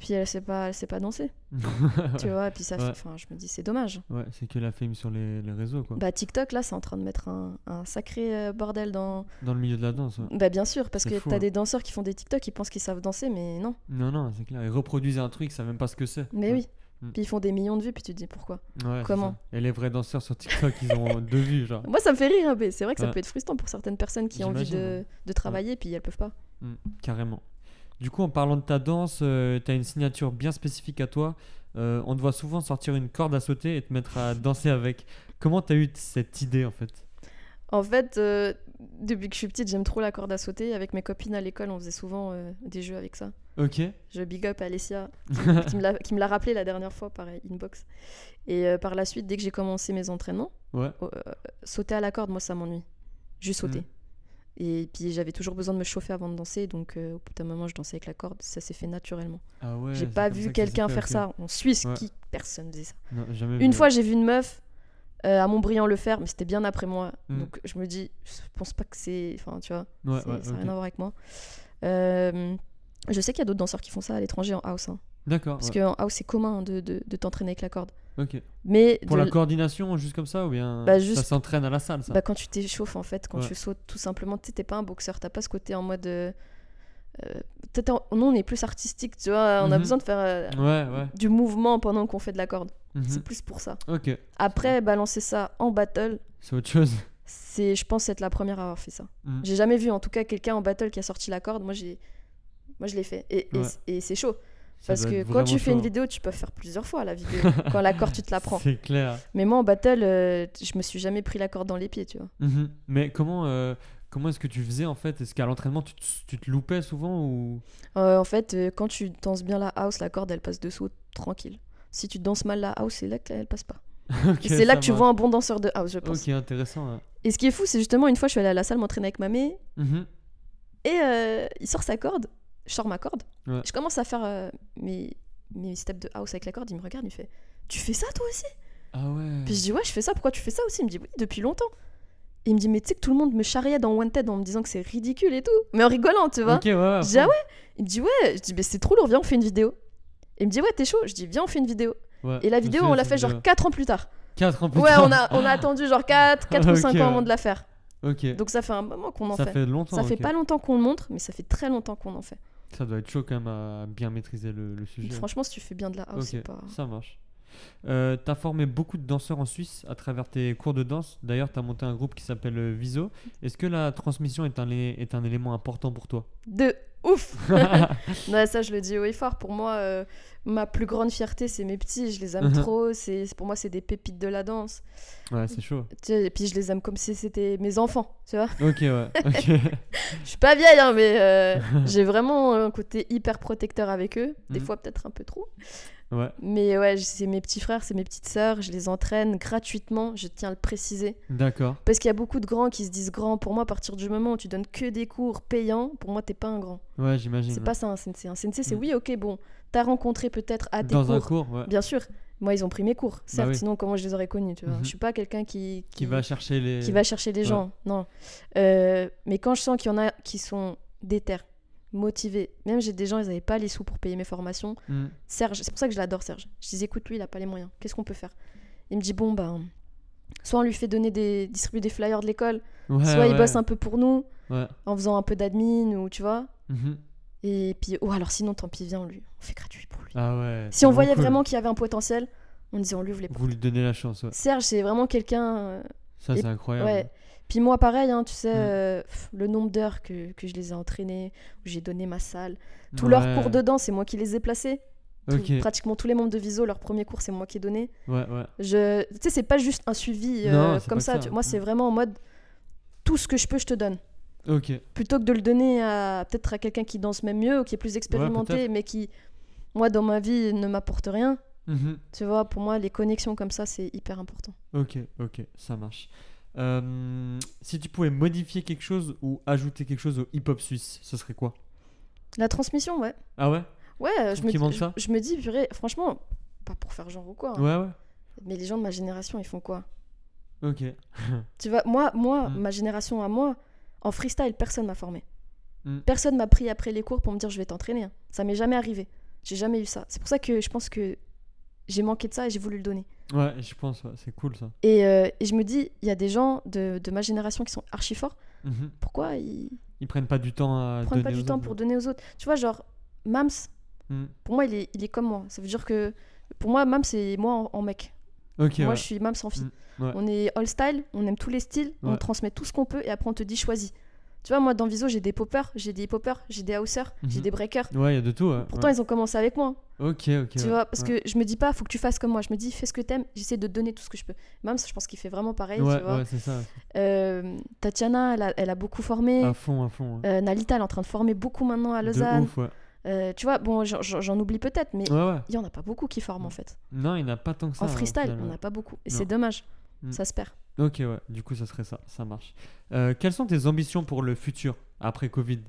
B: puis elle sait pas, elle sait pas danser, tu vois. Et puis ça, fait-
A: Ouais.
B: enfin, je me dis c'est dommage.
A: Ouais, c'est que la fame sur les, les réseaux, quoi.
B: Bah TikTok là, c'est en train de mettre un, un sacré euh, bordel dans.
A: Dans le milieu de la danse. ouais.
B: Bah bien sûr, parce
A: C'est
B: que
A: fou,
B: t'as
A: hein.
B: des danseurs qui font des TikTok, ils pensent qu'ils savent danser, mais non.
A: Non, non, c'est clair. Ils reproduisent un truc, ils savent même pas ce que c'est.
B: Mais
A: Ouais.
B: oui.
A: Mm.
B: Puis ils font des millions de vues, puis tu te dis pourquoi.
A: Ouais, c'est
B: Comment
A: ça. Et les vrais danseurs sur TikTok, ils ont deux vues, genre.
B: Moi, ça me fait rire, hein, mais c'est vrai que ça
A: Ouais.
B: peut être frustrant pour certaines personnes qui ont envie
A: J'imagine,
B: de,
A: ouais.
B: de travailler, puis elles peuvent pas.
A: Mm, carrément. Du coup, en parlant de ta danse, euh, t'as une signature bien spécifique à toi. Euh, on te voit souvent sortir une corde à sauter et te mettre à danser avec. Comment t'as eu cette idée en fait
B: En fait, euh, depuis que je suis petite, j'aime trop la corde à sauter. Avec mes copines à l'école, on faisait souvent euh, des jeux avec ça.
A: Ok.
B: Je big up Alessia, qui me l'a- qui me l'a rappelé la dernière fois par inbox. Et euh, par la suite, dès que j'ai commencé mes entraînements,
A: ouais.
B: euh, sauter à la corde, moi, ça m'ennuie. Juste sauter.
A: Mm.
B: Et puis j'avais toujours besoin de me chauffer avant de danser, donc euh, au bout d'un moment, je dansais avec la corde. Ça s'est fait naturellement.
A: Ah ouais,
B: j'ai
A: c'est
B: pas
A: comme
B: vu
A: ça que ça s'est
B: quelqu'un
A: fait,
B: faire
A: ok.
B: ça. En Suisse,
A: Ouais.
B: qui personne faisait ça.
A: Non, jamais
B: Une
A: vu.
B: fois, j'ai vu une meuf euh, à Montbriand le faire, mais c'était bien après moi.
A: Mm.
B: Donc je me dis, je pense pas que c'est. Enfin, tu vois,
A: Ouais,
B: c'est-
A: ouais,
B: ça n'a
A: ok.
B: rien à voir avec moi. Euh, je sais qu'il y a d'autres danseurs qui font ça à l'étranger en house. hein.
A: D'accord.
B: parce
A: ouais.
B: qu'en house, c'est commun hein, de, de, de t'entraîner avec la corde.
A: Ok.
B: Mais
A: Pour
B: de-
A: la coordination, juste comme ça ou bien
B: Bah,
A: ça
B: juste-
A: s'entraîne à la salle ça
B: bah, quand tu t'échauffes, en fait, quand
A: Ouais.
B: tu sautes, tout simplement, tu sais, t'es pas un boxeur, t'as pas ce côté en mode. euh, euh, peut-être en- nous, on est plus artistique, tu vois, on a
A: Mhm.
B: besoin de faire euh,
A: Ouais, ouais.
B: du mouvement pendant qu'on fait de la corde.
A: Mhm.
B: C'est plus pour ça.
A: Ok.
B: Après, balancer ça en battle,
A: C'est autre chose.
B: c'est je pense être la première à avoir fait ça.
A: Mm.
B: J'ai jamais vu en tout cas quelqu'un en battle qui a sorti la corde. Moi j'ai moi je l'ai fait et, et-
A: Ouais.
B: et c'est chaud
A: Ça
B: parce
A: doit
B: que
A: être
B: quand tu
A: vraiment
B: fais une
A: chaud.
B: vidéo, tu peux faire plusieurs fois la vidéo quand la corde tu te la prends.
A: C'est clair.
B: Mais moi en battle, euh, je me suis jamais pris la corde dans les pieds, tu vois.
A: Mhm. Mais comment euh, comment est-ce que tu faisais en fait Est-ce qu'à l'entraînement tu, te- tu te loupais souvent ou
B: Euh, en fait, euh, quand tu danses bien la house, la corde elle passe dessous tranquille. Si tu danses mal la house, c'est là qu'elle passe pas.
A: Ok,
B: Et c'est là
A: ça
B: que tu
A: marche.
B: vois un bon danseur de house, je pense.
A: Ok, intéressant. ouais.
B: Et ce qui est fou, c'est justement une fois je suis allée à la salle m'entraîner avec ma mère
A: Mhm.
B: Et euh, il sort sa corde, je sors ma corde.
A: Ouais.
B: Je commence à faire euh, mes, mes steps de house avec la corde. Il me regarde, il fait Tu fais ça toi aussi
A: Ah ouais.
B: Puis je dis Ouais, je fais ça, pourquoi tu fais ça aussi Il me dit Oui, depuis longtemps. Et il me dit Mais tu sais que tout le monde me charriait dans Wanted en me disant que c'est ridicule et tout. Mais en rigolant, tu vois.
A: Ok, ouais, ouais. à
B: Je dis Ah
A: fond.
B: ouais Il me dit Ouais, je dis Mais c'est trop lourd, viens, on fait une vidéo. Et il me dit, ouais, t'es chaud Je dis, viens, on fait une vidéo.
A: Ouais,
B: Et la
A: je me
B: vidéo,
A: souviens
B: on
A: de
B: l'a
A: cette
B: fait genre
A: vidéo.
B: 4 ans plus tard.
A: Quatre ans plus
B: Ouais,
A: tard.
B: on a, on a attendu genre 4, 4 ou 5
A: Ok,
B: ans avant
A: ouais.
B: de la faire.
A: Ok.
B: Donc ça fait un moment qu'on en
A: ça
B: fait.
A: fait longtemps.
B: Ça fait
A: ok.
B: pas longtemps qu'on le montre, mais ça fait très longtemps qu'on en fait.
A: Ça doit être chaud quand même à bien maîtriser le, le sujet.
B: Franchement, si tu fais bien de la house,
A: Ok,
B: c'est pas.
A: ça marche. Euh, t'as formé beaucoup de danseurs en Suisse à travers tes cours de danse. D'ailleurs, t'as monté un groupe qui s'appelle euh, Viso. Est-ce que la transmission est un, é- est un élément important pour toi
B: De ouf Ouais, ça, je le dis haut et fort. Pour moi, euh, ma plus grande fierté, c'est mes petits. Je les aime
A: Mhm.
B: trop. C'est Pour moi, c'est des pépites de la danse.
A: Ouais, c'est chaud.
B: Tu sais, Et puis, je les aime comme si c'était mes enfants. Tu vois
A: Ok, ouais. ok.
B: Je suis pas vieille, hein, mais euh, j'ai vraiment un côté hyper protecteur avec eux. Des
A: Mhm.
B: fois, peut-être un peu trop.
A: ouais.
B: Mais ouais, c'est mes petits frères, c'est mes petites sœurs. Je les entraîne gratuitement. Je tiens à le préciser.
A: D'accord.
B: Parce qu'il y a beaucoup de grands qui se disent grands. Pour moi, à partir du moment où tu donnes que des cours payants, pour moi, t'es pas un grand.
A: Ouais, j'imagine.
B: C'est pas ça hein, un sensei. Un sensei, c'est
A: Mm.
B: oui, ok, bon, t'as rencontré peut-être à tes
A: Dans un
B: cours.
A: cours, ouais.
B: Bien sûr. Moi, ils ont pris mes cours. Certes,
A: oui.
B: sinon, comment je les aurais connus, tu vois.
A: Mhm.
B: Je suis pas quelqu'un qui,
A: Qui va chercher les.
B: qui va chercher les
A: Ouais.
B: gens, non. Euh, mais quand je sens qu'il y en a qui sont déter, motivés, même j'ai des gens, ils avaient pas les sous pour payer mes formations.
A: Mm.
B: Serge, c'est pour ça que je l'adore, Serge. Je dis, écoute, lui, il a pas les moyens. Qu'est-ce qu'on peut faire Il me dit, bon, ben, soit on lui fait donner des. distribuer des flyers de l'école,
A: Ouais,
B: soit il
A: ouais,
B: bosse un peu pour nous,
A: Ouais.
B: en faisant un peu d'admin, ou tu vois.
A: Mhm.
B: Et puis, oh, alors sinon, tant pis, viens, on lui, on fait gratuit pour lui.
A: Ah ouais.
B: Si on
A: tellement
B: voyait
A: cool.
B: vraiment qu'il y avait un potentiel, on disait, on lui voulait pas.
A: Vous lui donnez la chance, ouais.
B: Serge, c'est vraiment quelqu'un. euh,
A: Ça,
B: Et-
A: c'est incroyable.
B: Ouais. Puis moi, pareil, hein, tu sais,
A: Mm.
B: euh, pff, le nombre d'heures que, que je les ai entraînés, où j'ai donné ma salle. Tous leurs cours de danse, c'est moi qui les ai placés. Tout-
A: Ok. Ouais,
B: pratiquement tous les membres de Viso, leur premier cours, c'est moi qui ai donné.
A: ouais.
B: Je... Tu sais, c'est pas juste un suivi euh,
A: Non, c'est
B: comme
A: pas
B: ça.
A: ça.
B: tu- Moi, c'est
A: Mm.
B: vraiment en mode tout ce que je peux, je te donne.
A: Ok.
B: plutôt que de le donner à peut-être à quelqu'un qui danse même mieux ou qui est plus expérimenté
A: peut-être.
B: mais qui moi dans ma vie ne m'apporte rien
A: Mhm.
B: tu vois pour moi les connexions comme ça c'est hyper important
A: Ok, ok, ça marche. Euh, si tu pouvais modifier quelque chose ou ajouter quelque chose au hip-hop suisse, ce serait quoi
B: la transmission ouais
A: Ah ouais
B: ouais euh, je
A: qu'il
B: me,
A: manque
B: dis-
A: ça
B: je, je me dis purée franchement pas pour faire genre ou quoi hein,
A: Ouais, ouais.
B: mais les gens de ma génération ils font quoi
A: Ok.
B: tu vois moi moi
A: Mm.
B: ma génération à moi en freestyle personne m'a formé
A: Mm.
B: personne m'a pris après les cours pour me dire je vais t'entraîner hein. ça m'est jamais arrivé j'ai jamais eu ça c'est pour ça que je pense que j'ai manqué de ça et j'ai voulu le donner
A: Ouais, je pense, ouais, c'est cool ça.
B: Et, euh, et je me dis, il y a des gens de, de ma génération qui sont archi forts.
A: Mhm.
B: Pourquoi ils
A: Ils prennent pas du temps à.
B: prennent pas
A: donner
B: du
A: aux
B: temps
A: autres,
B: pour
A: ouais.
B: donner aux autres Tu vois, genre, Mams,
A: Mhm.
B: pour moi, il est, il est comme moi. Ça veut dire que pour moi, Mams, c'est moi en, en mec.
A: Ok,
B: moi,
A: ouais.
B: je suis Mams en fille.
A: Mm, ouais.
B: On est all style, on aime tous les styles, on
A: Ouais.
B: transmet tout ce qu'on peut et après, on te dit choisis. Tu vois, moi, dans Viso, j'ai des poppers, j'ai des hip-hoppers, j'ai des housers, j'ai
A: Mhm.
B: des breakers.
A: Ouais, il y a de tout. ouais,
B: Pourtant,
A: ouais.
B: ils ont commencé avec moi.
A: Ok, ok.
B: Tu vois, parce que je me dis pas, faut que tu fasses comme moi. Je me dis, fais ce que t'aimes, j'essaie de donner tout ce que je peux. Mams, je pense qu'il fait vraiment pareil.
A: Ouais,
B: tu vois.
A: ouais, c'est ça.
B: Euh, Tatiana, elle a, elle a beaucoup formé.
A: À fond, à fond. ouais.
B: Euh, Nalita, elle est en train de former beaucoup maintenant à
A: De
B: Lausanne.
A: ouf, ouais.
B: Euh, tu vois, bon, j'en- j'en j'en oublie peut-être, mais
A: Ouais, ouais.
B: il y en a pas beaucoup qui forment en fait.
A: Non, il n'a pas tant que ça. hein,
B: en
A: au
B: freestyle,
A: final,
B: on
A: ouais.
B: n'a pas beaucoup. Et
A: Non.
B: c'est dommage.
A: Mm.
B: Ça se perd.
A: Ok, ouais. Du coup, ça serait ça. Ça marche. Euh, quelles sont tes ambitions pour le futur après Covid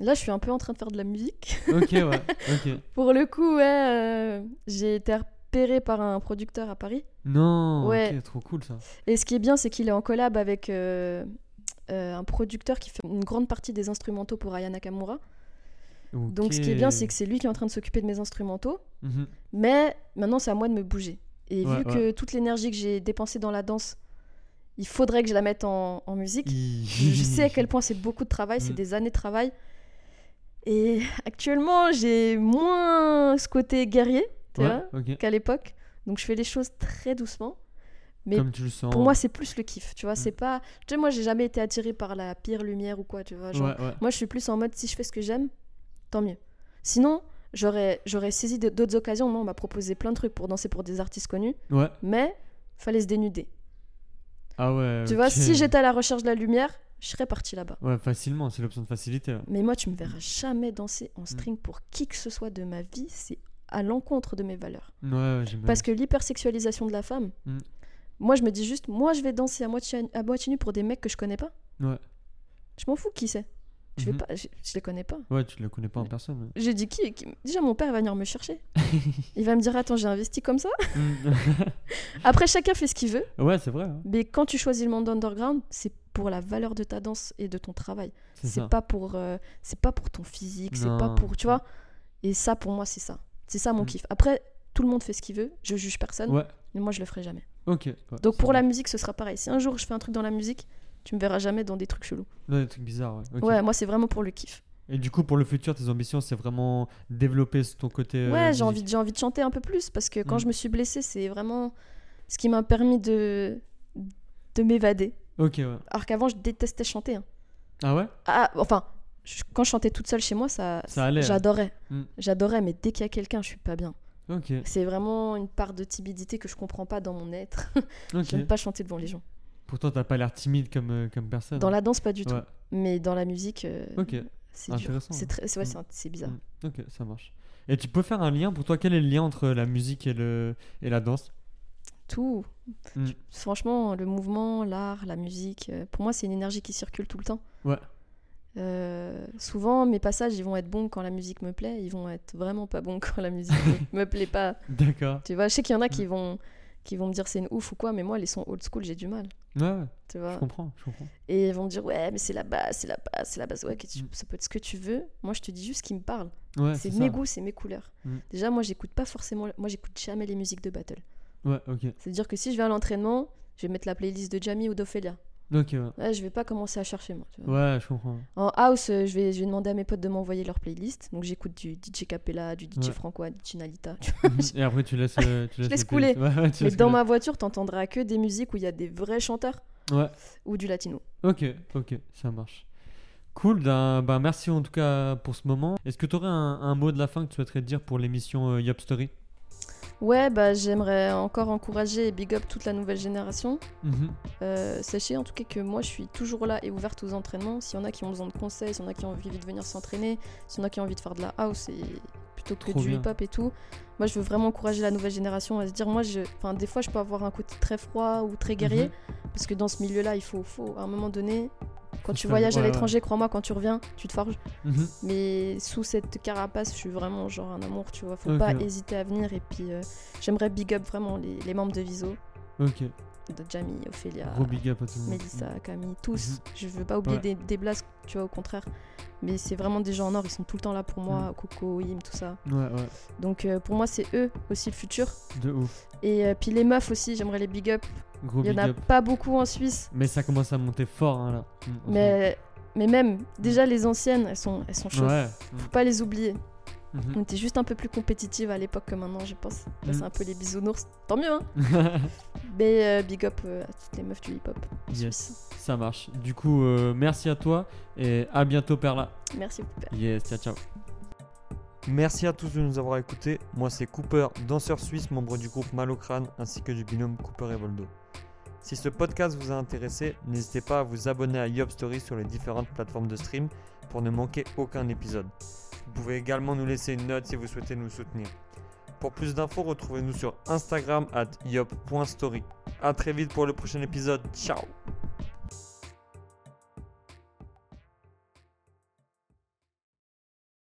B: Là, je suis un peu en train de faire de la musique.
A: Ok, ouais. Ok.
B: Pour le coup, ouais, euh, j'ai été repérée par un producteur à Paris.
A: Non,
B: Ouais.
A: ok, trop cool ça.
B: Et ce qui est bien, c'est qu'il est en collab avec euh, euh, un producteur qui fait une grande partie des instrumentaux pour Aya Nakamura. Donc, ce qui est bien, c'est que c'est lui qui est en train de s'occuper de mes instrumentaux.
A: Mhm.
B: Mais maintenant, c'est à moi de me bouger. Et
A: Ouais,
B: vu que toute l'énergie que j'ai dépensée dans la danse, il faudrait que je la mette en, en musique. je sais à quel point c'est beaucoup de travail, c'est
A: Mm.
B: des années de travail. Et actuellement, j'ai moins ce côté guerrier tu
A: Ouais,
B: vois,
A: ok.
B: qu'à l'époque. Donc, je fais les choses très doucement. mais
A: Comme tu le sens. hein.
B: Pour moi, c'est plus le kiff, tu vois.
A: Mm.
B: C'est pas. Tu sais, moi, j'ai jamais été attirée par la pire lumière ou quoi, tu vois. genre,
A: ouais, ouais.
B: moi, je suis plus en mode si je fais ce que j'aime, tant mieux. Sinon, j'aurais j'aurais saisi de- d'autres occasions. Moi, on m'a proposé plein de trucs pour danser pour des artistes connus,
A: Ouais.
B: mais fallait se dénuder.
A: Ah ouais.
B: Tu vois,
A: ok.
B: si j'étais à la recherche de la lumière, je serais partie là-bas.
A: Ouais, facilement, c'est l'option de facilité. ouais.
B: Mais moi, tu me verras jamais danser en
A: Mm.
B: string pour qui que ce soit de ma vie. C'est à l'encontre de mes valeurs.
A: Ouais, ouais, j'aime
B: Parce que l'hypersexualisation de la femme,
A: Mm.
B: moi, je me dis juste, moi, je vais danser à moitié, à moitié nue pour des mecs que je connais pas.
A: Ouais.
B: Je m'en fous qui c'est. Je vais
A: Mhm.
B: pas, je- je les connais pas.
A: Ouais, tu le connais pas en personne.
B: J'ai dit qui, qui- Déjà, mon père va venir me chercher. Il va me dire Attends, j'ai investi comme ça.
A: ouais. Mm.
B: Après, chacun fait ce qu'il veut.
A: hein. ouais, c'est vrai. hein.
B: Mais quand tu choisis le monde underground, c'est pour la valeur de ta danse et de ton travail.
A: C'est
B: C'est
A: ça.
B: pas pour, euh, c'est pas pour ton physique, c'est pas
A: Non.
B: pour, tu vois. Et ça, pour moi, c'est ça. C'est ça mon
A: Mm.
B: kiff. Après, tout le monde fait ce qu'il veut, je juge personne,
A: Ouais,
B: mais moi je le ferai jamais.
A: ok. ouais,
B: Donc
A: ça
B: pour la
A: marche.
B: musique, ce sera pareil. Si un jour je fais un truc dans la musique, tu me verras jamais dans des trucs chelous.
A: Non, des trucs bizarres, ouais. ok.
B: Ouais, moi c'est vraiment pour le kiff.
A: Et du coup, pour le futur, tes ambitions, c'est vraiment développer ton côté. euh,
B: ouais, j'ai envie,
A: musique.
B: j'ai envie de chanter un peu plus parce que quand
A: Mm.
B: je me suis blessée, c'est vraiment ce qui m'a permis de, de m'évader.
A: Ok, ouais.
B: Alors qu'avant, je détestais chanter. hein.
A: Ah ouais
B: Ah, enfin, je- quand je chantais toute seule chez moi, ça,
A: Ça allait,
B: J'adorais.
A: Mm.
B: J'adorais, mais dès qu'il y a quelqu'un, je suis pas bien.
A: Ok,
B: C'est vraiment une part de timidité que je comprends pas dans mon être.
A: ok.
B: J'aime pas chanter devant les gens.
A: Pourtant, t'as pas l'air timide comme, euh, comme personne.
B: Dans la danse, pas du tout.
A: Ouais,
B: Mais dans la musique, euh,
A: ok,
B: c'est dur.
A: Intéressant,
B: C'est
A: ouais.
B: très, c'est- ouais,
A: Mm.
B: c'est un- c'est bizarre.
A: Mm. ok, ça marche. Et tu peux faire un lien pour toi Quel est le lien entre la musique et, le... et la danse
B: Tout.
A: Mm.
B: Franchement, le mouvement, l'art, la musique, euh, pour moi, c'est une énergie qui circule tout le temps.
A: Ouais.
B: Euh, souvent, mes passages, ils vont être bons quand la musique me plaît. Ils vont être vraiment pas bons quand la musique me- me plaît pas.
A: D'accord.
B: Tu vois, je sais qu'il y en a
A: Mm.
B: qui vont, qui vont me dire c'est une ouf ou quoi, mais moi, les sons old school, j'ai du mal.
A: Ouais, ouais, je
B: Tu vois.
A: comprends, je comprends.
B: Et ils vont me dire, ouais, mais c'est la base, c'est la base, c'est la base. Ouais, qu'est-ce que tu-
A: Mm.
B: ça peut être ce que tu veux. Moi, je te dis juste ce qui me parle.
A: Ouais,
B: c'est
A: ça.
B: mes goûts, c'est mes couleurs.
A: Mm.
B: Déjà, moi, j'écoute pas forcément. Moi, j'écoute jamais les musiques de battle.
A: Ouais, ok.
B: C'est-à-dire que si je vais à l'entraînement, je vais mettre la playlist de Jamie ou d'Ophelia.
A: Ok, ouais.
B: Ouais, je vais pas commencer à chercher, moi. tu vois.
A: Ouais, je comprends.
B: En house, euh, je vais, je vais demander à mes potes de m'envoyer leur playlist. Donc, j'écoute du DJ Capella, du DJ
A: Ouais.
B: Francois, du DJ Nalita.
A: Mhm. et après, tu laisses. euh, tu laisses
B: laisse
A: les playlists. Ouais, ouais, tu
B: Mais
A: laisses
B: dans
A: couler.
B: ma voiture, t'entendras que des musiques où il y a des vrais chanteurs
A: Ouais.
B: ou du latino.
A: Ok, ok, ça marche. Cool, ben, ben, merci en tout cas pour ce moment. Est-ce que tu aurais un, un mot de la fin que tu souhaiterais dire pour l'émission euh, Yop Story
B: Ouais, bah, j'aimerais encore encourager et big up toute la nouvelle génération.
A: Mhm.
B: Euh, sachez en tout cas que moi je suis toujours là et ouverte aux entraînements. S'il y en a qui ont besoin de conseils, s'il y en a qui ont envie de venir s'entraîner, s'il y en a qui ont envie de faire de la house et plutôt que
A: Trop
B: du
A: bien.
B: hip-hop et tout, moi je veux vraiment encourager la nouvelle génération à se dire moi, je... enfin, des fois je peux avoir un côté très froid ou très guerrier
A: Mhm.
B: parce que dans ce milieu-là il faut, faut à un moment donné. Quand
A: Faut
B: tu
A: se faire-
B: voyages à
A: ouais, ouais.
B: l'étranger, crois-moi, quand tu reviens, tu te forges.
A: Mhm.
B: Mais sous cette carapace, je suis vraiment genre un amour, tu vois. Faut
A: Ok.
B: pas hésiter à venir. Et puis, euh, j'aimerais big up vraiment les, les membres de Viso,
A: Ok,
B: de Jamie, Ophélia,
A: gros big up à tout le monde.
B: Mélissa, Camille, tous.
A: Mhm.
B: Je veux pas oublier
A: Ouais.
B: des, des blagues, tu vois, au contraire. Mais c'est vraiment des gens en or, ils sont tout le temps là pour
A: Mhm.
B: moi, Coco, Im, tout ça.
A: Ouais, ouais,
B: Donc euh, pour moi, c'est eux aussi le futur.
A: de ouf.
B: Et euh, puis les meufs aussi, j'aimerais les big up.
A: Gros
B: Il y en
A: big
B: a
A: up.
B: pas beaucoup en Suisse,
A: Mais ça commence à monter fort hein, là. Mm, en
B: mais, mais même, déjà les anciennes, elles sont, elles sont
A: ce
B: chaudes.
A: moment. Ouais.
B: Faut pas les oublier.
A: mm, mhm.
B: On était juste un peu plus compétitive à l'époque que maintenant, je pense. Là,
A: Mm.
B: C'est un peu les bisounours, tant mieux, hein. Mais euh, big up euh, à toutes les meufs du hip-hop en
A: Yes.
B: Suisse.
A: ça marche. Du coup, euh, merci à toi et à bientôt, Perla.
B: Merci, Poupée.
A: Yes, ciao, ciao.
C: Merci à tous de nous avoir écoutés. Moi, c'est Cooper, danseur suisse, membre du groupe Malocrane ainsi que du binôme Cooper et Voldo. Si ce podcast vous a intéressé, n'hésitez pas à vous abonner à Yop Story sur les différentes plateformes de stream pour ne manquer aucun épisode. Vous pouvez également nous laisser une note si vous souhaitez nous soutenir. Pour plus d'infos, retrouvez-nous sur Instagram at yop.story. A très vite pour le prochain épisode. Ciao